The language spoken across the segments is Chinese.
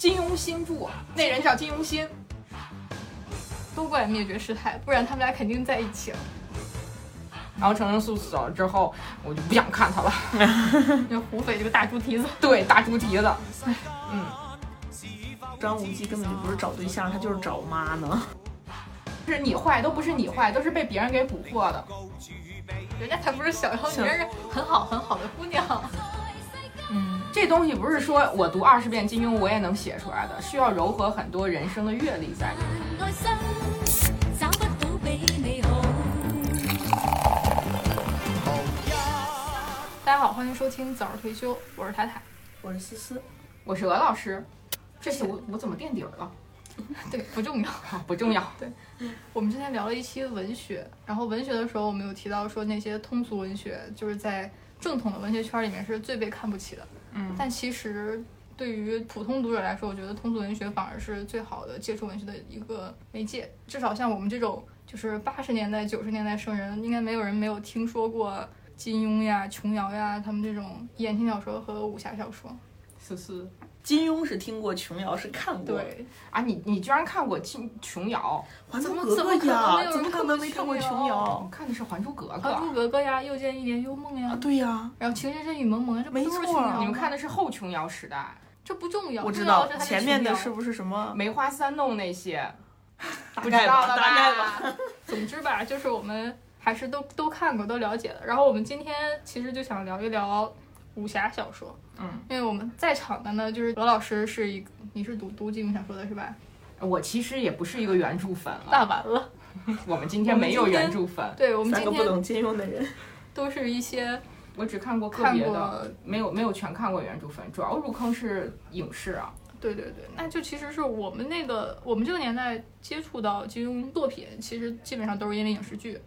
庸心柱，那人叫金庸心。都怪灭绝师太，不然他们俩肯定在一起了。然后程程素死了之后，我就不想看他了。那胡斐这个大猪蹄 子，对，大猪蹄子，嗯，张无忌根本就不是找对象，他就是找妈呢。是你坏，都不是你坏，都是被别人给蛊惑的。人家才不是小妖女，人家是很好很好的姑娘。这东西不是说我读二十遍金庸我也能写出来的，需要糅合很多人生的阅历在里面。内心找不到比你好。 大家好，欢迎收听《早日退休》，我是塔塔。我是思思，我是鹅老师，这次我我怎么垫底儿了？对，不重要。啊，不重要。我们之前聊了一期文学，然后文学的时候，我们有提到说那些通俗文学就是在正统的文学圈里面是最被看不起的。嗯，但其实对于普通读者来说，我觉得通俗文学反而是最好的接触文学的一个媒介。至少像我们这种就是八十年代、九十年代生人，应该没有人没有听说过金庸呀、琼瑶呀他们这种言情小说和武侠小说。思思 金庸是听过，琼瑶是看过，，对，啊，你你居然看过金琼瑶？还珠怎么格怎格么可能没呀，有怎人么可能没看看过过琼琼瑶瑶我看的是《还珠格格《还》，珠格格》呀，《又见一帘幽梦》啊？呀，对呀，然后《情深深雨蒙蒙》呀，这不没都是错琼瑶吗？你们看的是后琼瑶时代，这不重要，我知重要道是它是前面的琼瑶是不是什么？梅花三弄那些，不知概吧道了大概吧？总之吧，就是我们还是都都看过，都了解的。然后我们今天其实就想聊一聊武侠小说，嗯，因为我们在场的呢，就是罗老师是一个，你是读读金庸小说的是吧？我其实也不是一个原著粉了，那完了，我们今天没有原著粉，对我们三今个不天懂金庸的人，都是一些我只看过个看别的，过，没有没有全看过原著粉，主要入坑是影视啊。对对对，那就其实是我们那个我们这个年代接触到金庸作品，其实基本上都是因为影视剧，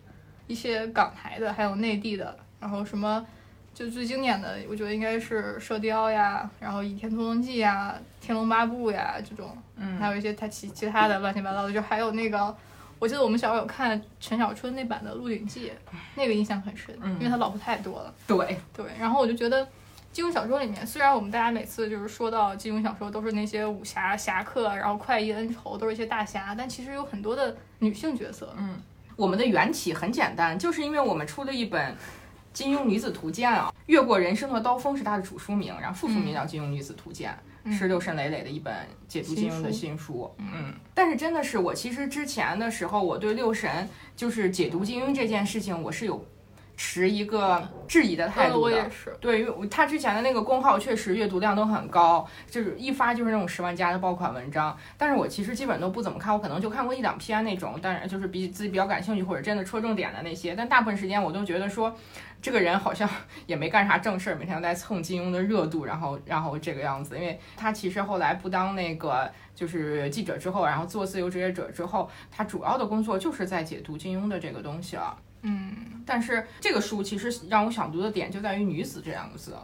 一些港台的，还有内地的，然后什么。就最经典的，我觉得应该是《射雕》呀，然后《倚天屠龙记》呀，《天龙八部》呀这种，嗯还有一些他其其他的乱七八糟的，就还有那个，我记得我们小时候有看陈小春那版的《鹿鼎记》，那个印象很深，因为他老婆太多了。对，对，然后我就觉得金庸小说里面，虽然我们大家每次就是说到金庸小说都是那些武侠侠客，然后快意恩仇，都是一些大侠，但其实有很多的女性角色。嗯，我们的缘起很简单，就是因为我们出了一本《金庸女子图鉴》啊，《越过人生的刀锋》是它的主书名，然后副书名叫《金庸女子图鉴》，是六神磊磊的一本解读金庸的嗯新书。嗯，但是真的是我其实之前的时候，我对六神就是解读金庸这件事情，我是有持一个质疑的态度我的。也是。对，因呃为我他之前的那个公号确实阅读量都很高，就是一发就是那种十万加的爆款文章。但是我其实基本都不怎么看，我可能就看过一两篇那种，但是就是比自己比较感兴趣或者真的戳重点的那些。但大部分时间我都觉得说，这个人好像 也没干啥正事儿，每天都在蹭金庸的热度，然后然后这个样子。因为他其实后来不当那个就是记者之后，然后做自由职业者之后，他主要的工作就是在解读金庸的这个东西了。嗯，但是这个书其实让我想读的点就在于“女子”这两个字，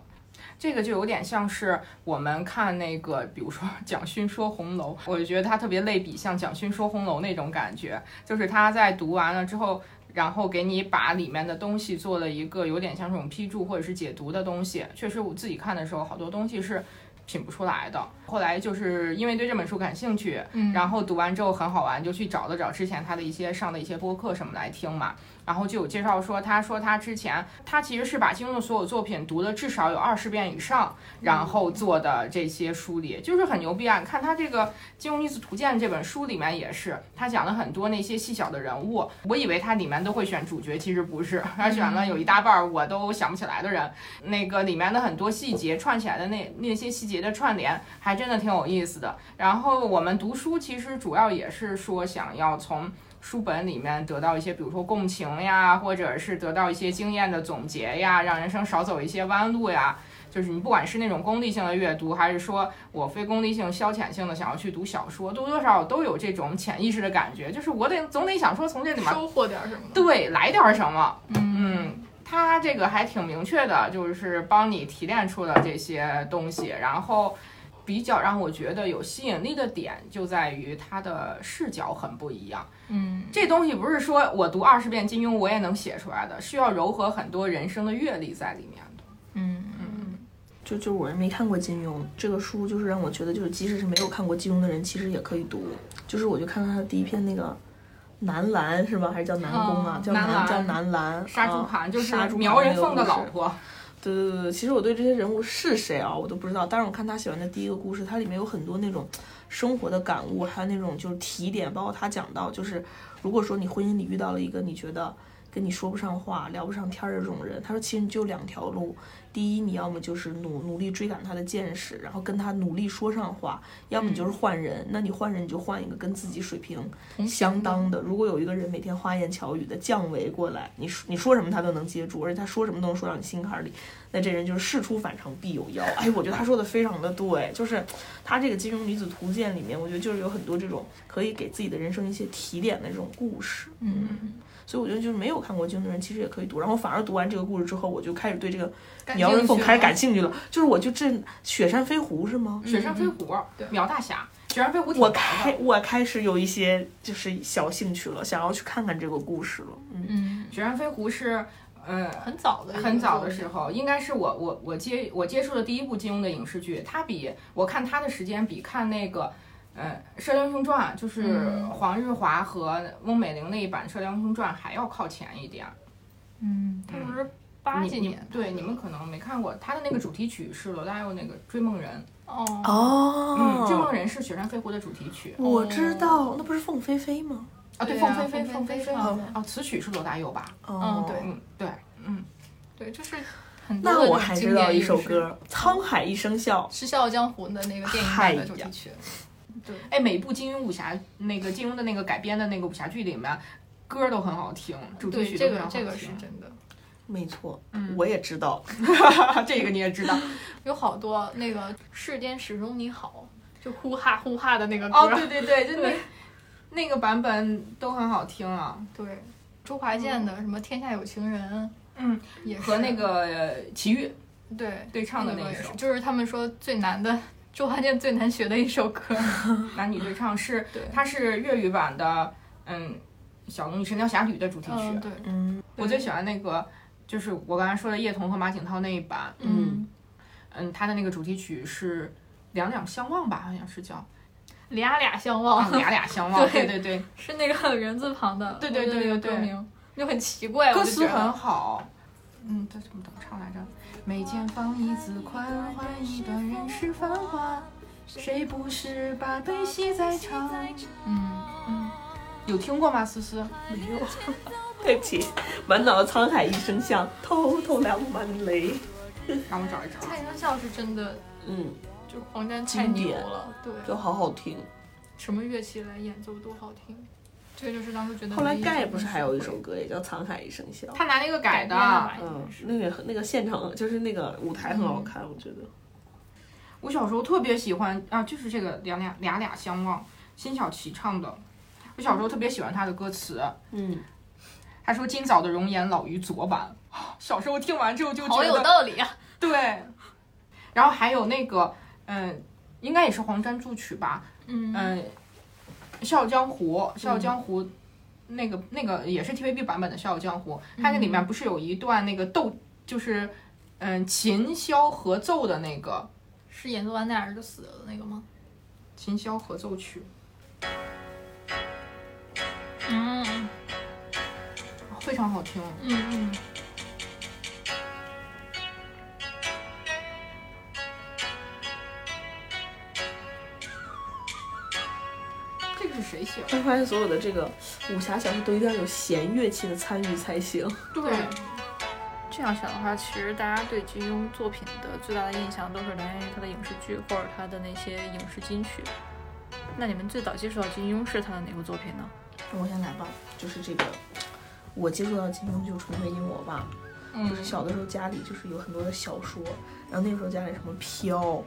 这个就有点像是我们看那个，比如说蒋勋说《红楼》，我就觉得他特别类比像蒋勋说《红楼》那种感觉，就是他在读完了之后。然后给你把里面的东西做了一个有点像这种批注或者是解读的东西，确实我自己看的时候，好多东西是品不出来的。后来就是因为对这本书感兴趣，嗯然后读完之后很好玩，就去找了找之前他的一些上的一些播客什么来听嘛。然后就有介绍说，他说他之前他其实是把金庸的所有作品读了至少有二十遍以上，然后做的这些梳理，就是很牛逼啊！你看他这个《金庸女子图鉴》这本书里面也是，他讲了很多那些细小的人物，我以为他里面都会选主角，其实不是，他选了有一大半儿我都想不起来的人。那个里面的很多细节串起来的那那些细节的串联，还真的挺有意思的。然后我们读书其实主要也是说想要从书本里面得到一些，比如说共情呀，或者是得到一些经验的总结呀，让人生少走一些弯路呀。就是你不管是那种功利性的阅读，还是说我非功利性、消遣性的想要去读小说，多多少少都有这种潜意识的感觉，就是我得总得想说从这里面收获点儿什么？，对来点儿什么。嗯，嗯，他这个还挺明确的，就是帮你提炼出了这些东西，然后比较让我觉得有吸引力的点就在于他的视角很不一样。嗯，这东西不是说我读二十遍金庸我嗯也能写出来的，需要糅合很多人生的阅历在里面的。嗯，就就我是没看过金庸这个书，就是让我觉得就是即使是没有看过金庸的人，其实也可以读。就是我就看他的第一篇那个南兰是吧？还是叫南宫啊？嗯叫南兰叫南兰杀猪啊盘就是杀猪盘苗人那个凤的故事老婆，对对对对，其实我对这些人物是谁啊，我都不知道。但是我看他写完的第一个故事，它里面有很多那种生活的感悟，还有那种就是提点，包括他讲到，就是如果说你婚姻里遇到了一个你觉得跟你说不上话、聊不上天儿的这种人，他说其实你就两条路，第一，你要么就是努努力追赶他的见识，然后跟他努力说上话；要么你就是换人，那你换人你就换一个跟自己水平同相当的。如果有一个人每天花言巧语的降维过来，你说你说什么他都能接住，而且他说什么都能说到你心坎儿里，那这人就是事出反常必有妖。哎，我觉得他说的非常的对，就是他这个《金庸女子图鉴》里面，我觉得就是有很多这种可以给自己的人生一些提点的这种故事。嗯，所以我觉得就是没有看过《金庸》的人其实也可以读，然后反而读完这个故事之后，我就开始对这个感苗人兴凤趣开始了感兴趣了。就是我就这雪山飞狐是嗯吗？雪山飞狐对、苗大侠、雪山飞狐挺嗯我白的开我开始有一些就是小兴趣了，想要去看看这个故事了。嗯，嗯，雪山飞狐是，呃，很早的一个作品，很早的时候，应该是我我我接我接触的第一部金庸的影视剧。它比我看它的时间比看那个，呃，《射雕英雄传》就是嗯黄日华和翁美玲那一版《射雕英雄传》还要靠前一点。嗯，他不是八你几你年对你们可能没看过，它的那个主题曲是罗大佑那个《追梦人》，哦嗯，《追哦，梦人》是《雪山飞狐》的主题曲我知道，那不是凤飞飞吗？啊，对，对凤啊飞飞，凤凤飞飞飞飞，唱的啊，词曲是罗大佑吧？哦，对嗯，对，嗯，对，就是很多那的我种还经知道典一影首视歌《沧海一声笑是《笑傲江湖》的那个电影版的主嗨呀题曲，哎，每部金庸武侠那个金庸的那个改编的那个武侠剧里面，歌都很好听，主题对，曲这都很个好这听。个是真的，》，没错，嗯我也知道。 这个你也知道有好多那个世间始终你好，就呼哈呼哈的那个歌，哦，对对对，就那那个版本都很好听啊，对，周华健的什么《天下有情人》，嗯，也是和那个呃齐豫对对唱的那那个一也首是，就是他们说最难的 周华健最难学的一首歌，男女对唱是对，它是粤语版的，嗯，小龙女神雕侠侣的主题嗯曲，对，嗯，我最喜欢那个就是我刚才说的叶童和马景涛那一版，嗯，嗯，它的那个主题曲是《两两相望》吧，好像是 叫俩俩相啊 望，俩俩相望，对对对对，是那个人字旁 的，对对我觉得对那个对歌对名就很奇怪，哎我歌就词觉得很好。嗯，这怎么怎么唱来着？眉间放一字宽，换一段人世繁华。谁不是把悲喜在尝？嗯，有听过吗？思思，没有， 对不起，满脑沧海一声笑，偷偷两满泪。让我找一找。啊蔡康永是真的，嗯，就黄沾太经牛典了，对，就好好听。什么乐器来演奏多好听，这个就是当时觉得。后来盖不是还有一首？歌也叫《沧海一声笑》？他拿那个改改的编，吧嗯，那个那个现场就是那个舞台很好看，我觉得。我小时候特别喜欢啊，就是这个两两俩俩相望，辛晓琪唱的。我小时候特别喜欢她的歌词，嗯，他说今早的容颜老于昨晚。啊小时候听完之后就觉好有得道理啊！对，然后还有那个嗯，应该也是黄沾作曲吧，嗯嗯，《笑傲江湖》《笑傲江湖》那个那个也是 TVB 版本的《笑傲江湖》，它那里嗯面不是有一段那个斗就是嗯琴箫合奏的那个是演奏完那俩人就死了的那个吗？琴箫合奏曲，嗯非常好听。嗯嗯，这个是谁写的？但发现所有的这个武侠小说都一定要有弦乐器的参与才行。对，这样想的话，其实大家对金庸作品的最大的印象都是来源于他的影视剧或者他的那些影视金曲。那你们最早接触到金庸是他的哪部作品呢？那我先来吧，就是这个，我接触到金庸就纯粹因为我爸，嗯就是小的时候家里就是有很多的小说，然后那个时候家里什么飘，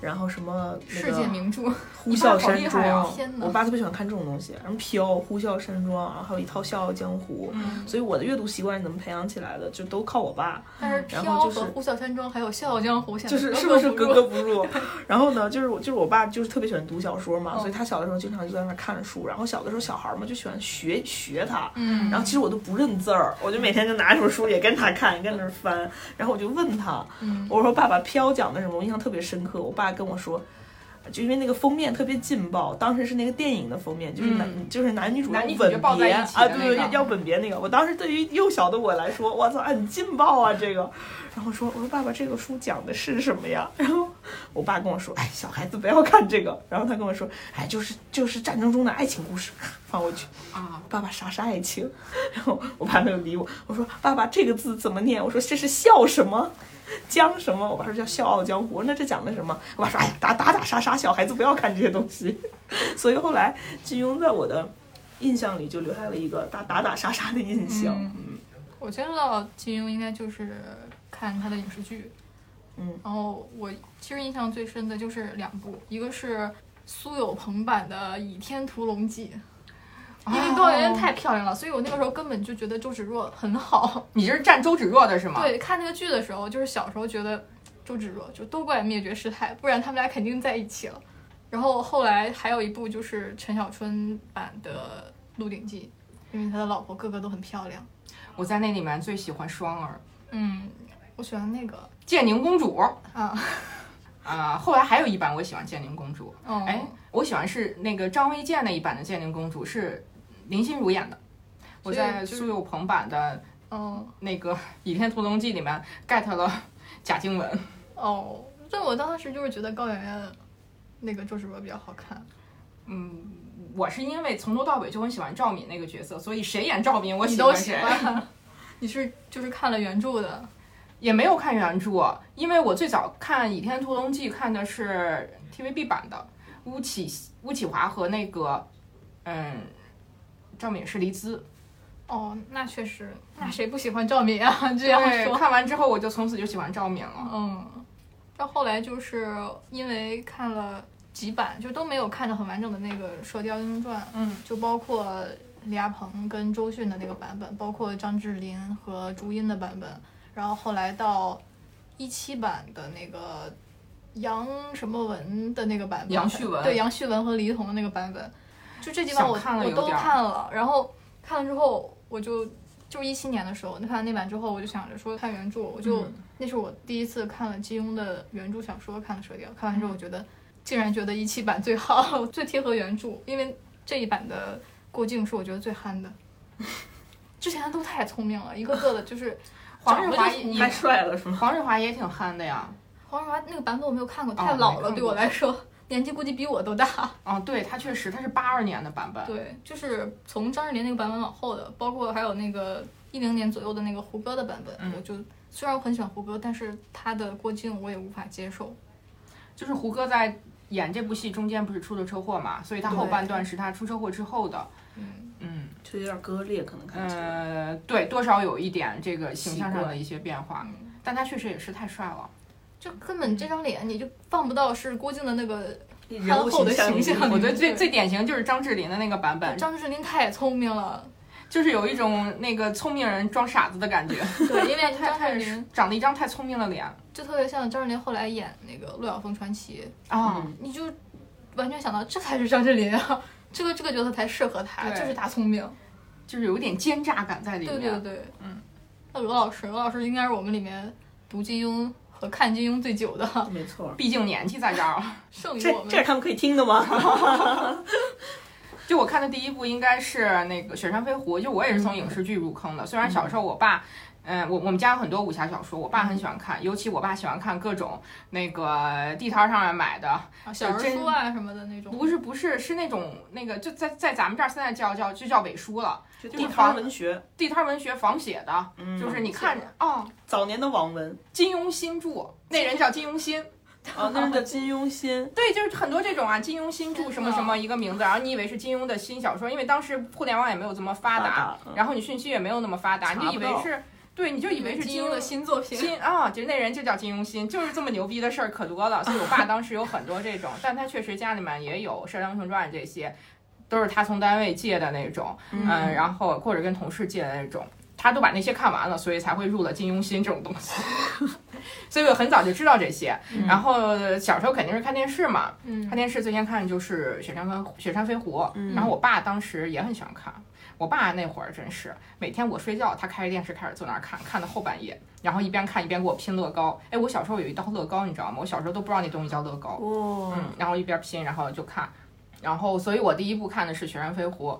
然后什么那世界个名著，呼啸山你爸好厉庄，害啊天哪我爸特别喜欢看这种东西，然后飘呼啸山庄，然后还有一套《笑傲江湖》嗯，所以我的阅读习惯是怎么培养起来的，就都靠我爸。但是然飘后就是和呼啸山庄还有笑傲江湖，现在就是格是格不是格入格不 入？然后呢，就是我就是我爸就是特别喜欢读小说嘛，嗯所以他小的时候经常就在那儿看书。然后小的时候小孩儿嘛就喜欢学学他，嗯，然后其实我都不认字儿，我就每天就拿一本书也跟他看，跟那儿翻。然后我就问他，嗯我说爸爸飘讲的什么，我印象特别深刻。我爸跟我说。就因为那个封面特别劲爆，当时是那个电影的封面，就是男、嗯就是男女主要男女主角吻抱在别一啊，起的对那个对，要要吻别那个。我当时对于幼小的我来说，我操，很劲爆啊这个。然后说，我说爸爸，这个书讲的是什么呀？ 然后我爸跟我说，哎，小孩子不要看这个。然后他跟我说，哎，就是就是战争中的爱情故事，翻过去。啊，爸爸啥是爱情？ 然后我爸没有理我，我说爸爸这个字怎么念？我说这是笑什么？江什么？我爸说叫《笑傲江湖》，那这讲的什么？我爸说哎呀，打打打杀杀，小孩子不要看这些东西。 所以后来金庸在我的印象里就留下了一个打打打杀杀的印象。嗯我接触到金庸应该就是看他的影视剧，嗯，然后我其实印象最深的就是两部，一个是苏有朋版的《倚天屠龙记》。因为高圆圆太漂亮了，所以我那个时候根本就觉得周芷若很好。你这是站周芷若的是吗？，对，看那个剧的时候，就是小时候觉得周芷若就都怪灭绝师太，不然他们俩肯定在一起了。然后后来还有一部就是陈小春版的《鹿鼎记》，因为他的老婆个个都很漂亮。我在那里面最喜欢双儿，嗯，我喜欢那个建宁公主啊，啊。后来还有一版我喜欢建宁公主，哦，哎，我喜欢是那个张卫健那一版的建宁公主，是林心如演的。我在所以就是苏有朋版的嗯，那个《倚天屠龙记》里面 get 了贾静雯，哦，但我当时就是觉得高圆圆那个周芷若比较好看。嗯。我是因为从头到尾就很喜欢赵敏那个角色，所以谁演赵敏我你喜都欢喜谁。欢， 你是就是看了原著的，也没有看原著，因为我最早看《倚天屠龙记》看的是 TVB 版的，巫启巫启华和那个嗯赵敏是黎姿。哦，那确实，那谁不喜欢赵敏啊？ 这样对，说，看完之后我就从此就喜欢赵敏了。嗯，到后来就是因为看了几版，就都没有看的很完整的那个《射雕英雄传》，嗯，就包括李亚鹏跟周迅的那个版本，包括张智霖和朱茵的版本，然后后来到一七版的那个杨什么文的那个版本，杨旭文对杨旭文和黎童的那个版本，就这几版我想看了我有都点儿看了，然后看了之后我就就是一七年的时候，看了那版之后，我就想着说看原著，我就、嗯那是我第一次看了金庸的原著小说，看了《射雕》，看完之后我嗯觉得竟然觉得一七版最好， 最贴合原著，因为这一版的郭靖是我觉得最憨的。之前都太聪明了，一个个的就是黄日长得华就也嗯太帅了是吗？黄日华也挺憨的呀。黄日华那个版本我没有看过，哦太老了，没看过对我来说年纪估计比我都大。啊，对他确实，他是八二年的版本。对，就是从张智霖那个版本往后的，包括还有那个一零年左右的那个胡歌的版本，嗯我就虽然我很喜欢胡歌，但是他的郭靖我也无法接受。就是胡歌在演这部戏中间不是出了车祸嘛，所以他后对半段是他出车祸之后的。嗯，嗯。就有点割裂，可能看起来。呃，对，多少有一点这个形习象上惯的一些变化嗯，但他确实也是太帅 了。就根本这张脸你就放不到是郭靖的那个人物憨厚的形形象里我觉得最对最典型就是张智霖的那个版本，张智霖太聪 明了，就是有一种那个聪明人装傻子的感觉，对，因为 太张智太霖长了一张太聪明的脸就特别像张智霖后来演那个《陆小凤传奇》，啊。嗯你就完全想到这才是张智霖啊，这个这个角色才适合他，对就是大聪明。就是有一点奸诈感在里面。对对对，嗯。那鹅老师，鹅老师应该是我们里面读金庸和看金庸最久的， 没错，毕竟年纪在这儿。啊剩余这我这是们他们可以听的吗？就我看的第一部应该是那个《雪山飞狐》，就我也是从影视剧入坑的。虽然小时候我爸，嗯，我我们家有很多武侠小说，我爸很喜欢看，尤其我爸喜欢看各种那个地摊上面买的，啊小人书啊什么的那种。不是不是，是那种那个就在在咱们这儿现在叫叫就叫伪书了， 就就是地防摊文学，地摊文学仿写的，嗯就是你看着哦，早年的网文金庸新著，那人叫金庸新，哦啊，那是 叫金庸新。对，就是很多这种啊，金庸新著什么什么一个名字，然后你以为是金庸的新小说，因为当时互联网也没有这么发达，嗯然后你讯息也没有那么发达，查你不就以为是。对，你就以为是金金庸庸的新作品。金啊，就那人就叫金庸心，就是这么牛逼的事儿可多了。所以我爸当时有很多这种，但他确实家里面也有《射雕英雄传》这些，都是他从单位借的那种，嗯，然后或者跟同事借的那种。他都把那些看完了，所以才会入了金庸心这种东西。 所以我很早就知道这些，然后小时候肯定是看电视嘛，嗯嗯看，电视最先看的就是《雪山飞雪山飞狐》，然后我爸当时也很喜欢看。我爸那会儿真是每天我睡觉，他开着电视开始坐那儿看，看到后半夜，然后一边看一边给我拼乐高。哎，我小时候有一道乐高，你知道吗？我小时候都不知道那东西叫乐高。哇嗯，然后一边拼，然后就看，然后所以我第一部看的是《雪山飞狐》，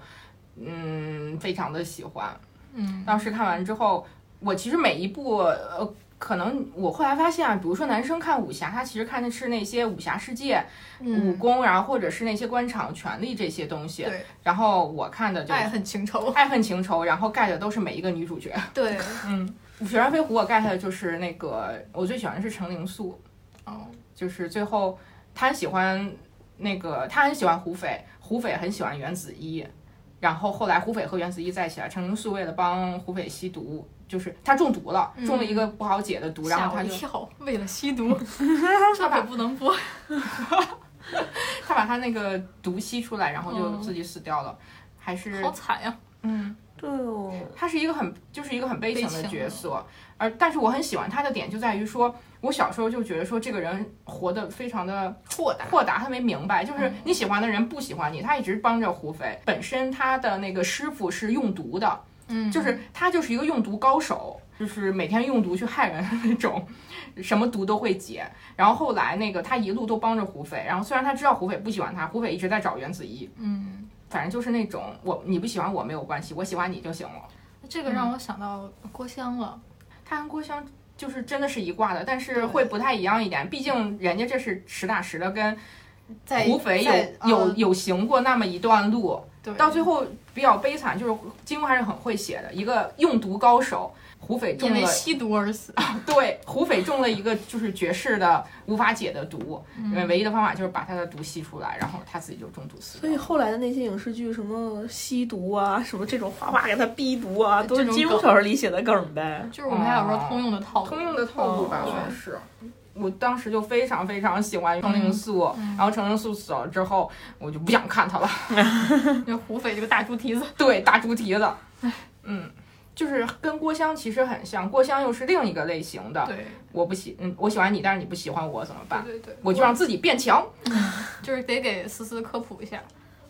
嗯，非常的喜欢。嗯，当时看完之后，我其实每一部呃。可能我后来发现啊，比如说男生看武侠，他其实看的是那些武侠世界、武嗯，功，然后或者是那些官场、权力这些东西。对，然后我看的就爱恨情仇。爱恨情仇，然后 get 的都是每一个女主角。对，嗯，《雪山飞狐》我 get 的就是那个我最喜欢的是程灵素，哦，就是最后他很喜欢那个他很喜欢胡斐，胡斐很喜欢袁子一，然后后来胡斐和袁子一在一起了，程灵素为了帮胡斐吸毒。就是他中毒了，中了一个不好解的 毒，然嗯吓后我他一就跳，为了 吸毒，这可不能播。他把他那个毒吸出来，然后就嗯自己死掉了，还是好惨呀！嗯，对哦，他是一个很就是一个很悲情悲的情角色，而但是我很喜欢他的点就在于说，我小时候就觉得说这个人活得非常的豁达，豁达，他没明白，就是嗯你喜欢的人不喜欢你，他一直帮着胡斐，本身他的那个师傅是用毒的，嗯，就是他就是一个用毒高手，就是每天用毒去害人的那种，什么毒都会解。然后后来那个他一路都帮着胡斐，然后虽然他知道胡斐不喜欢他，胡斐一直在找袁子怡，嗯。反正就是那种我你不喜欢我没有关系，我喜欢你就行了。这个让我想到郭襄了，他跟郭襄就是真的是一挂的，但是会不太一样一点。毕竟人家这是实打实的跟在嗯胡斐有有有行过那么一段路，对到最后比较悲惨，就是金庸还是很会写的，一个用毒高手。胡斐因中为了，吸毒而 死，对，胡斐中了一个就是绝世的无法解的毒，嗯、唯一的方法就是把他的毒吸出来，然后他自己就中毒死所以了。后来的那些影视剧，什么吸毒啊，什么这种哗哗给他逼毒啊，都是这种金庸梗小说里写的梗呗。就是我们俩有时候通用的套路。哦通用的套路吧，哦算是。我当时就非常非常喜嗯欢程灵素，然后程灵素死了之后，我就不想看他了。那胡斐这个大猪蹄子，对，大猪蹄子。嗯，就是跟郭襄其实很像，郭襄又是另一个类型的。对我不喜，嗯，我喜欢你，但是你不喜欢我怎么办？对对，我就让自己变强。就是得给思思科普一下，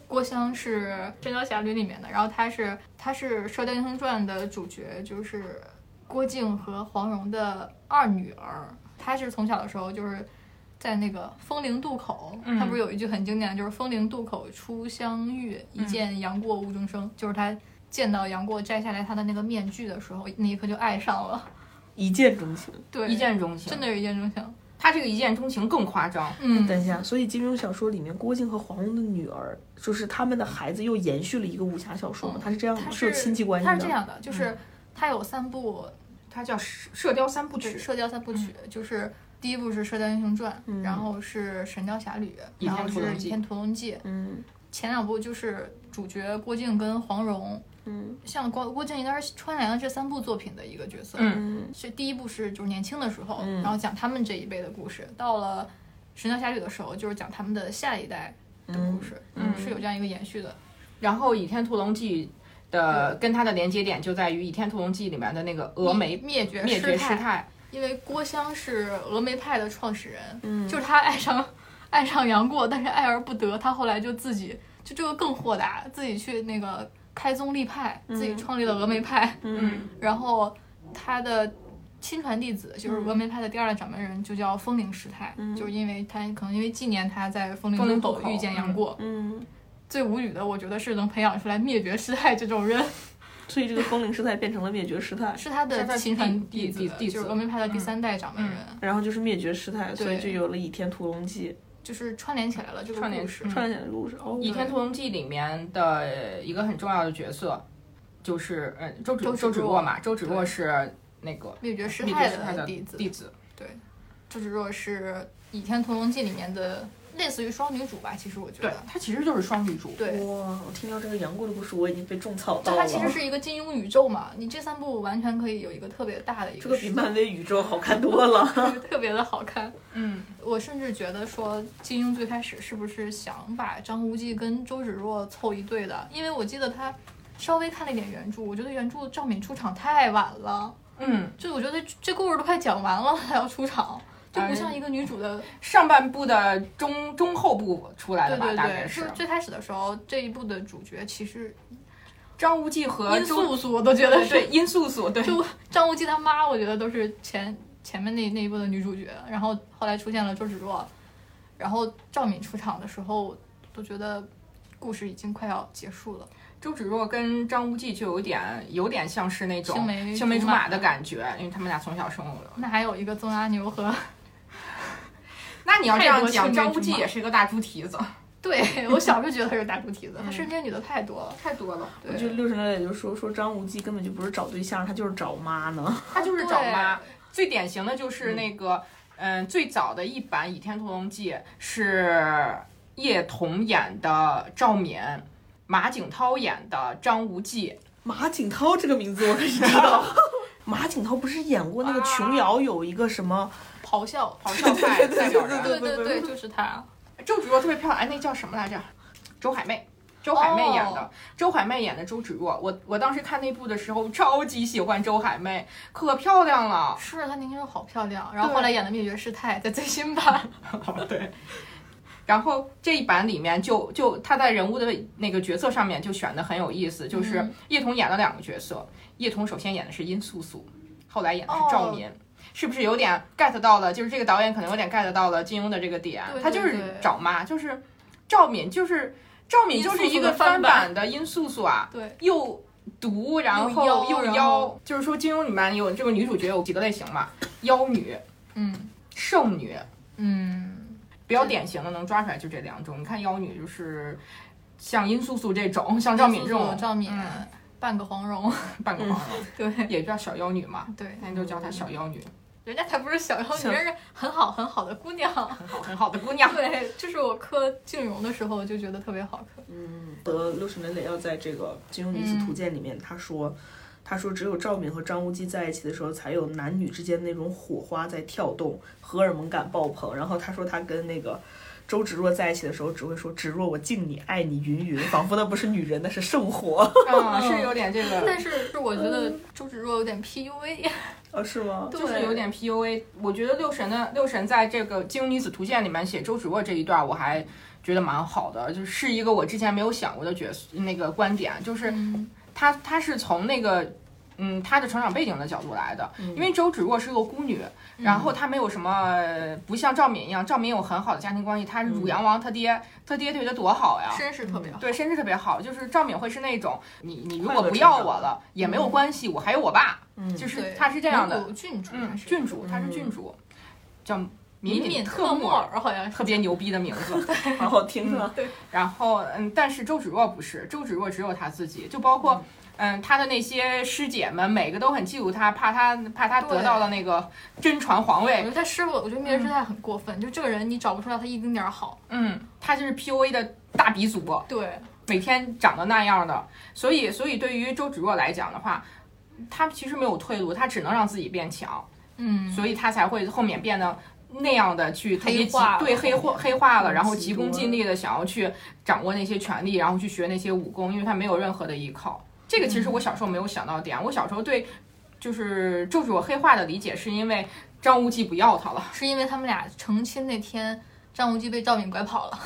郭襄是《神雕侠侣》里面的，然后她是她是《射雕英雄传》的主角，就是郭靖和黄蓉的二女儿。她是从小的时候就是在那个风陵渡口，嗯她不是有一句很经典，就是“风陵渡口初相遇，一见杨过无中生”，就是她见到杨过摘下来他的那个面具的时候，那一刻就爱上了。一见钟情。 对，一见钟情，真的是一见钟情。他这个一见钟情更夸张。嗯，等一下，所以金庸小说里面郭靖和黄蓉的女儿，就是他们的孩子，又延续了一个武侠小说嘛嗯？他是这样他的，是有亲戚关系他是的这。样的，就是他有三部他叫《射射雕三部对，曲》，射雕三部曲，嗯就是第一部是《射雕英雄传》嗯然后是《神雕侠侣》，倚天然后屠是龙《记倚天屠龙记》。嗯前两部就是主角郭靖跟黄蓉，嗯像郭郭靖应该是穿梁这三部作品的一个角色。嗯嗯是第一部是就是年轻的时候，嗯然后讲他们这一辈的故事。到了《神雕侠侣》的时候，就是讲他们的下一代的故事，嗯是有这样一个延续的。然后《倚天屠龙记》的跟他的连接点就在于《倚天屠龙记》里面的那个峨眉灭绝灭绝师师太。因为郭襄是峨眉派的创始人，嗯，就是他爱上爱上杨过，但是爱而不得，他后来就自己就这个更豁达，自己去那个开宗立派，自己创立了峨眉派，嗯然后他的。亲传弟子嗯就是峨眉派的第二代掌门人，就叫风铃师太，嗯就是因为他可能因为纪念他在风风铃铃渡渡口口遇见杨过。嗯，最无语的，我觉得是能培养出来灭绝师太这种人，所以这个风铃师太变成了灭绝师太，是是他他的的亲传弟弟子，弟弟就是子嗯峨眉派的第三代掌门人，然后就是灭绝师太，所对以就有了《倚天屠龙记就是串联起来了这个串联故事。嗯串起来的故事。哦《一倚天屠龙记》里面的一个很重要的角色就是，呃，周芷周芷周芷若若嘛，周芷若对是那个灭绝师灭太绝师太的的弟子，弟子。周芷若是《倚天屠龙记》里面的类似于双女主吧，其实我觉对得，，她其实就是双女主。对，哇，我听到这个杨过的故事，我已经被种草就到了。它其实是一个金庸宇宙嘛，你这三部完全可以有一个特别大的一这个个比漫威宇宙好看多了。世界 特别的好看。嗯，我甚至觉得说，金庸最开始是不是想把张无忌跟周芷若凑一对的？因为我记得他稍微看了一点原著，我觉得原著赵敏出场太晚了，嗯，就我觉得这故事都快讲完了还要出场，就不像一个女主的。上半部的中中后部出来的对吧，对大概对，是是最开始的时候，这一部的主角其实张无忌和殷周素素，我都 觉得是对殷素素对， 就张无忌他妈，我觉得都是前前面那那一部的女主角，然后后来出现了周芷若，然后赵敏出场的时候，都觉得故事已经快要结束了。周芷若跟张无忌就有点有点像是那种青梅青梅竹竹马马的感觉，因为他们俩从小生活的。那还有一个曾阿牛和 那你要这样太讲，多青梅张无忌竹马也是一个大猪蹄子， 对我小时候觉得他是大猪蹄子，他身边女的太多了。太多了。我觉得对，六神来也就说说张无忌根本就不是找对象，他就是找妈呢。他就是找妈。最典型的就是那个，嗯，最早的一版《倚天屠龙记》是叶童演的赵敏，马景涛演的张无忌。马景涛这个名字我可是知道。 马景涛不是演过那个琼瑶有一个什么？咆哮，咆哮派代表人，对对对，就是他。周芷若特别漂亮，哎，那叫什么来着？周海媚。周海媚演的哦周海媚演的周芷若，我我当时看那部的时候超级喜欢周海媚，可漂亮了。是她年轻时候好漂亮，然后对后来演的《灭绝师太》在最新版，对。然后这一版里面就就他在人物的那个角色上面就选的很有意思，就是嗯叶童演了两个角色，叶童首先演的是殷素素，后来演的是赵哦敏。是不是有点 get 到了？就是这个导演可能有点 get 到了金庸的这个点，对他就对是对找妈，就是赵敏，就是赵敏殷就素是一素个的翻翻版版的殷素素啊，对，又毒，然后妖又然妖后，就是说金庸里面有这个女主角有几个类型嘛，妖女、嗯圣女，嗯，比较典型的能抓出来就这两种。你看妖女就是像殷素素这种，像赵敏这苏种苏赵敏嗯，半个黄蓉，半个黄蓉，对也叫小妖女嘛，对，那就叫她小妖女，人家才不是小妖女，小人家是很好很好的 姑娘。很好很好的姑 娘。对，就是我磕静容的时候就觉得特别好磕。嗯，得六神来要在这个《金庸女子图鉴》里面，他说。他说：“只有赵敏和张无忌在一起的时候，才有男女之间那种火花在跳动，荷尔蒙感爆棚。”然后他说他跟那个周芷若在一起的时候，只会说“芷若，我敬你，爱你，云云”，仿佛那不是女人，那是圣火。 嗯，是有点这个，但是是我觉得周芷若有点 PUA，啊，是吗？就是有点 PUA。我觉得六神的六神在这个《金庸女子图鉴》里面写周芷若这一段，我还觉得蛮好的，就是一个我之前没有想过的角色那个观点，啊就是嗯她她是从那个。嗯，她的成长背景的角度来的，嗯因为周芷若是个孤女，然后她没有什么，不像赵敏一样，赵敏有很好的家庭关系，嗯她是汝阳王他爹，他爹对她多好呀，绅士特别好。对，身世特别好。就是赵敏会是那种，你你如果快乐不成要长我了也没有关系，我还有我爸，嗯就是嗯对她是这样的，蒙古郡主嗯，还是郡主，她是嗯郡主，叫敏敏敏特木木尔，尔好像特是。别牛逼的名字。好好听啊。然后嗯，但是周芷若不是，周芷若只有她自己，就包括。嗯，她的那些师姐们，每个都很嫉妒她，怕她怕她得对到了那个真传皇我位觉。得他师傅，我觉得灭绝师太很过分，就这个人你找不出来他一丁点儿好。嗯，她就是 PUA 的大鼻祖。对，每天长得那样的，所以所以对于周芷若来讲的话，她其实没有退路，她只能让自己变强，嗯，所以她才会后面变得那样的去特别黑急化了对黑化黑化了，然后急极功端近利的想要去掌握那些权利，然后去学那些武功，因为她没有任何的依靠。这个其嗯实我小时候没有想到的点，我小时候对就是周芷若黑化的理解是因为张无忌不要她了，是因为他们俩成亲那天，张无忌被赵敏拐跑 了，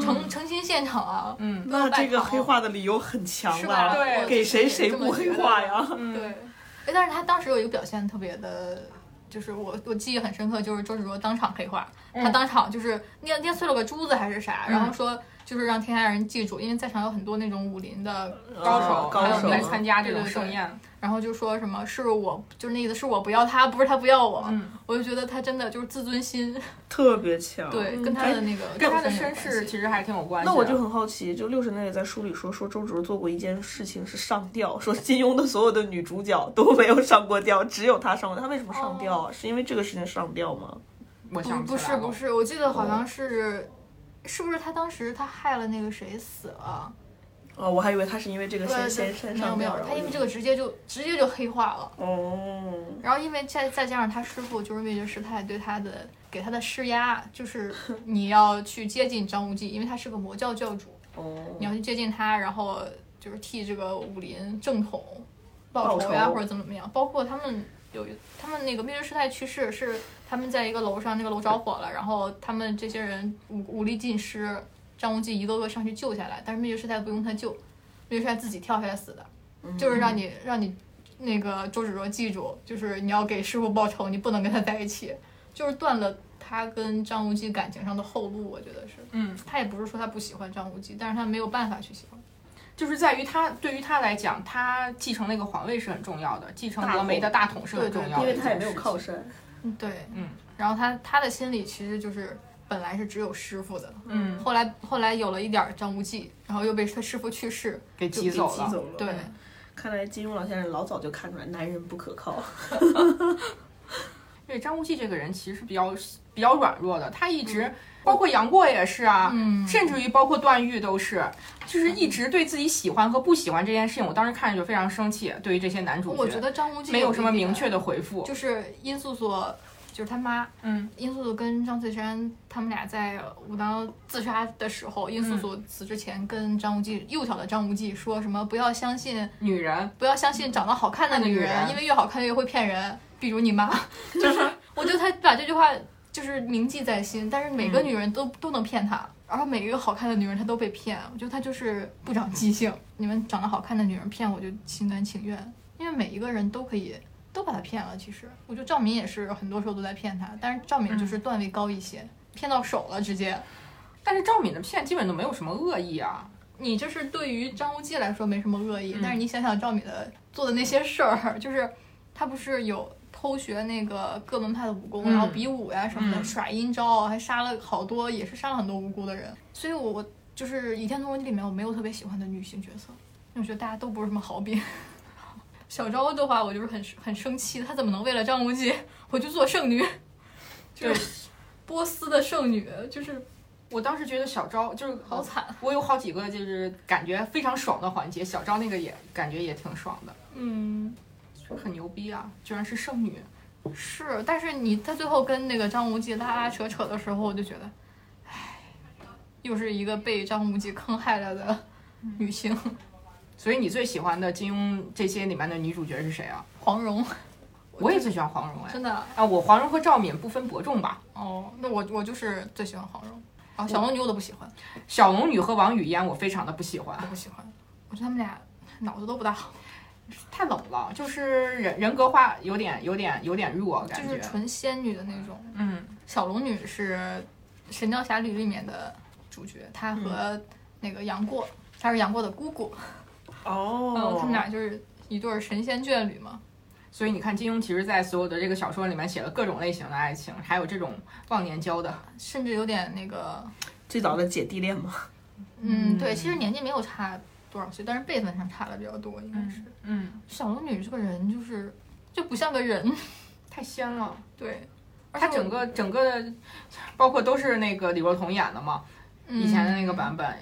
成成亲现场啊，嗯，那这个拜访黑化的理由很强是吧？了，对我给谁谁这不么黑觉得化？呀？嗯对，哎，但是他当时有一个表现特别的，就是我我记忆很深刻，就是周芷若当场黑化，嗯他当场就是捏捏碎了个珠子还是啥，嗯然后说就是让天下人记住，因为在场有很多那种武林的， 高啊哦手高还有手来参加这种对对对盛宴，然后就说什么是我，就是那意思是我不要他，不是他不要我，嗯我就觉得他真的就是自尊心，特别强。对，嗯跟他哎的那个跟她的有身关世系啊其实还挺有关系的。那我就很好奇，就六神那也在书里说说周芷若做过一件事情是上吊，说金庸的所有的女哦主角都没有上过吊，只有她上过。她为什么上吊啊？是因为这个事情上吊吗？我不想不起是来了哦不，是，我记得好像是，是不是他当时他害了那个谁死了？哦，我还以为他是因为这个对先对先先没有上没有吊，，然他后因为这就个直接就直接就黑化了。哦，然后因为再再加上他师傅就是灭绝师太对他的给他的施压，就是你要去接近张无忌，因为他是个魔教教主，哦你要去接近他，然后就是替这个武林正统报报仇呀，仇或者怎么怎么样。包括他们有一他们那个灭绝师太去世是他们在一个楼上，那个楼着火了，然后他们这些人武武力尽失，张无忌一个个上去救下来，但是灭绝师太不用他救，灭绝师太自己跳下来死的，就是让你让你那个周芷若记住，就是你要给师傅报仇，你不能跟他在一起，就是断了他跟张无忌感情上的后路。我觉得是，嗯，他也不是说他不喜欢张无忌，但是他没有办法去喜欢。就是在于他对于他来讲，他继承那个皇位是很重要的，继承大峨眉统的大统是很对对重要因的为一件事情，他也没有靠山，嗯，对，嗯。然后他他的心里其实就是本来是只有师傅的，嗯后来后来有了一点张无忌，然后又被他师傅去世，给就挤给走挤了。走了。对，看来金庸老先生老早就看出来男人不可靠。对，张无忌这个人其实比较比较软弱的，他一直包括杨过也是啊，嗯甚至于包括段誉都是，就是一直对自己喜欢和不喜欢这件事情，我当时看着就非常生气。对于这些男主角，我觉得张无忌没有有什么一点明确的回复。就是殷素素，就是他妈，嗯，殷素素跟张翠山他们俩在武当自杀的时候，殷嗯素素死之前跟张无忌幼小的张无忌说什么不要相信，女人，不要相信长得好看的女看的女人，人因为越好看越会骗人，比如你妈， 就是我觉得他把这句话就是铭记在心，但是每个嗯女人都、都能骗他。然后每一个好看的女人，她都被骗。我觉得她就是不长记性。你们长得好看的女人骗我，就心甘情愿，因为每一个人都可以都把他骗了。其实，我觉得赵敏也是很多时候都在骗他，但是赵敏就是段位高一些，骗到手了直接。但是赵敏的骗基本都没有什么恶意啊。你这是对于张无忌来说没什么恶意，嗯但是你想想赵敏的做的那些事儿，就是他不是有偷学那个各门派的武功，嗯然后比武呀什么的，嗯耍阴招啊，还杀了好多，也是杀了很多无辜的人。所以我，我就是《倚天屠龙记》里面我没有特别喜欢的女性角色，因为我觉得大家都不是什么 好兵。小昭的话，我就是很很生气，她怎么能为了张无忌回去做圣女？ 就是波斯的圣女，就是我当时觉得小昭就是好惨。我有好几个就是感觉非常爽的环节，小昭那个也感觉也挺爽的，嗯。就很牛逼啊，居然是剩女。是，但是你他最后跟那个张无忌拉拉扯扯的时候，我就觉得，唉，又是一个被张无忌坑害了的嗯女性，所以你最喜欢的金庸这些里面的女主角是谁啊？黄蓉，我也最喜欢黄蓉哎。真的啊，我黄蓉和赵敏不分伯仲吧？哦，那我我就是最喜欢黄蓉，然后小龙女我都不喜欢，小龙女和王语嫣我非常的不喜欢我，不喜欢，我觉得他们俩脑子都不大好，太冷了，就是人人格化有点有点有点弱感就觉是。纯仙女的那种。嗯，小龙女是《神雕侠侣》里面的主角，她和嗯那个杨过，她是杨过的姑姑，嗯，哦他们俩就是一对儿神仙眷侣嘛。所以你看，金庸其实在所有的这个小说里面写了各种类型的爱情，还有这种忘年交的。甚至有点那个，最早的姐弟恋嘛，嗯，对，其实年纪没有差多少岁，但是辈分上差的比较多，应该是。嗯，小龙女这个人就是就不像个人， 太仙了，对，而且她我整个整个的，包括都是那个李若彤演的嘛，嗯以前的那个版本，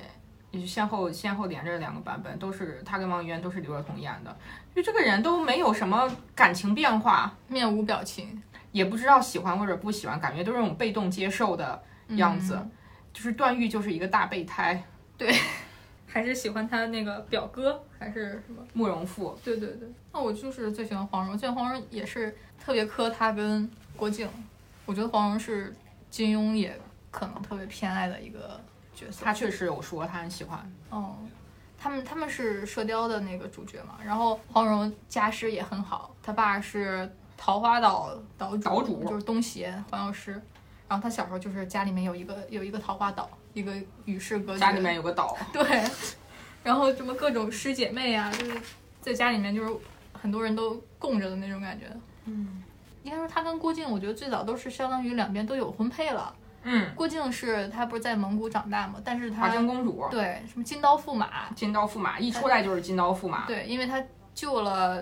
也就先后先后连着两个版本，都是她跟王语嫣都是李若彤演的，就这个人都没有什么感情变化，嗯面无表情也不知道喜欢或者不喜欢，感觉都是那种被动接受的样子。嗯就是段誉就是一个大备胎，还是喜欢她那个表哥还是什么？慕容复。对对对，那我就是最喜欢黄蓉，最喜欢黄蓉也是特别磕她跟郭靖，我觉得黄蓉是金庸也可能特别偏爱的一个角色。他确实有说他很喜欢，哦，他们他们是《射雕》的那个主角嘛，然后黄蓉家世也很好，他爸是桃花岛岛主，岛主就是东邪黄药师。然后他小时候就是家里面有一个有一个桃花岛，一个与世隔绝，家里面有个岛，对，然后什么各种师姐妹啊，就是在家里面就是很多人都供着的那种感觉。嗯，应该说他跟郭靖，我觉得最早都是相当于两边都有婚配了。嗯，郭靖是他不是在蒙古长大嘛，但是他华筝公主，对什么金刀驸马，金刀驸马一出来就是金刀驸马，对，因为他救了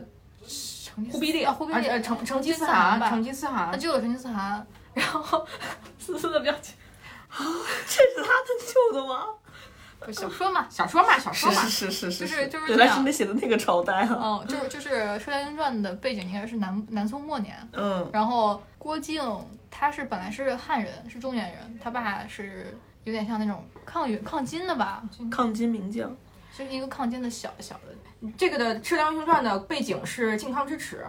成吉思忽必烈，啊忽必而且烈，成成吉吉思思汗，吧啊成，吉思他汗，救了成吉思汗，然 后思思的表情，这是他的 旧的吗？不小说 嘛，小说嘛，小说嘛，是是是就是就是这原来样是你写的那个朝代啊。嗯，就是就是《射雕英雄传》的背景应该是南南宋末年，嗯然后郭靖他是本来是汉人，是中原人，他爸是有点像那种抗元抗金的吧，抗金名将，就是一个抗金的小小的，这个的《射雕英雄传》的背景是靖康之耻，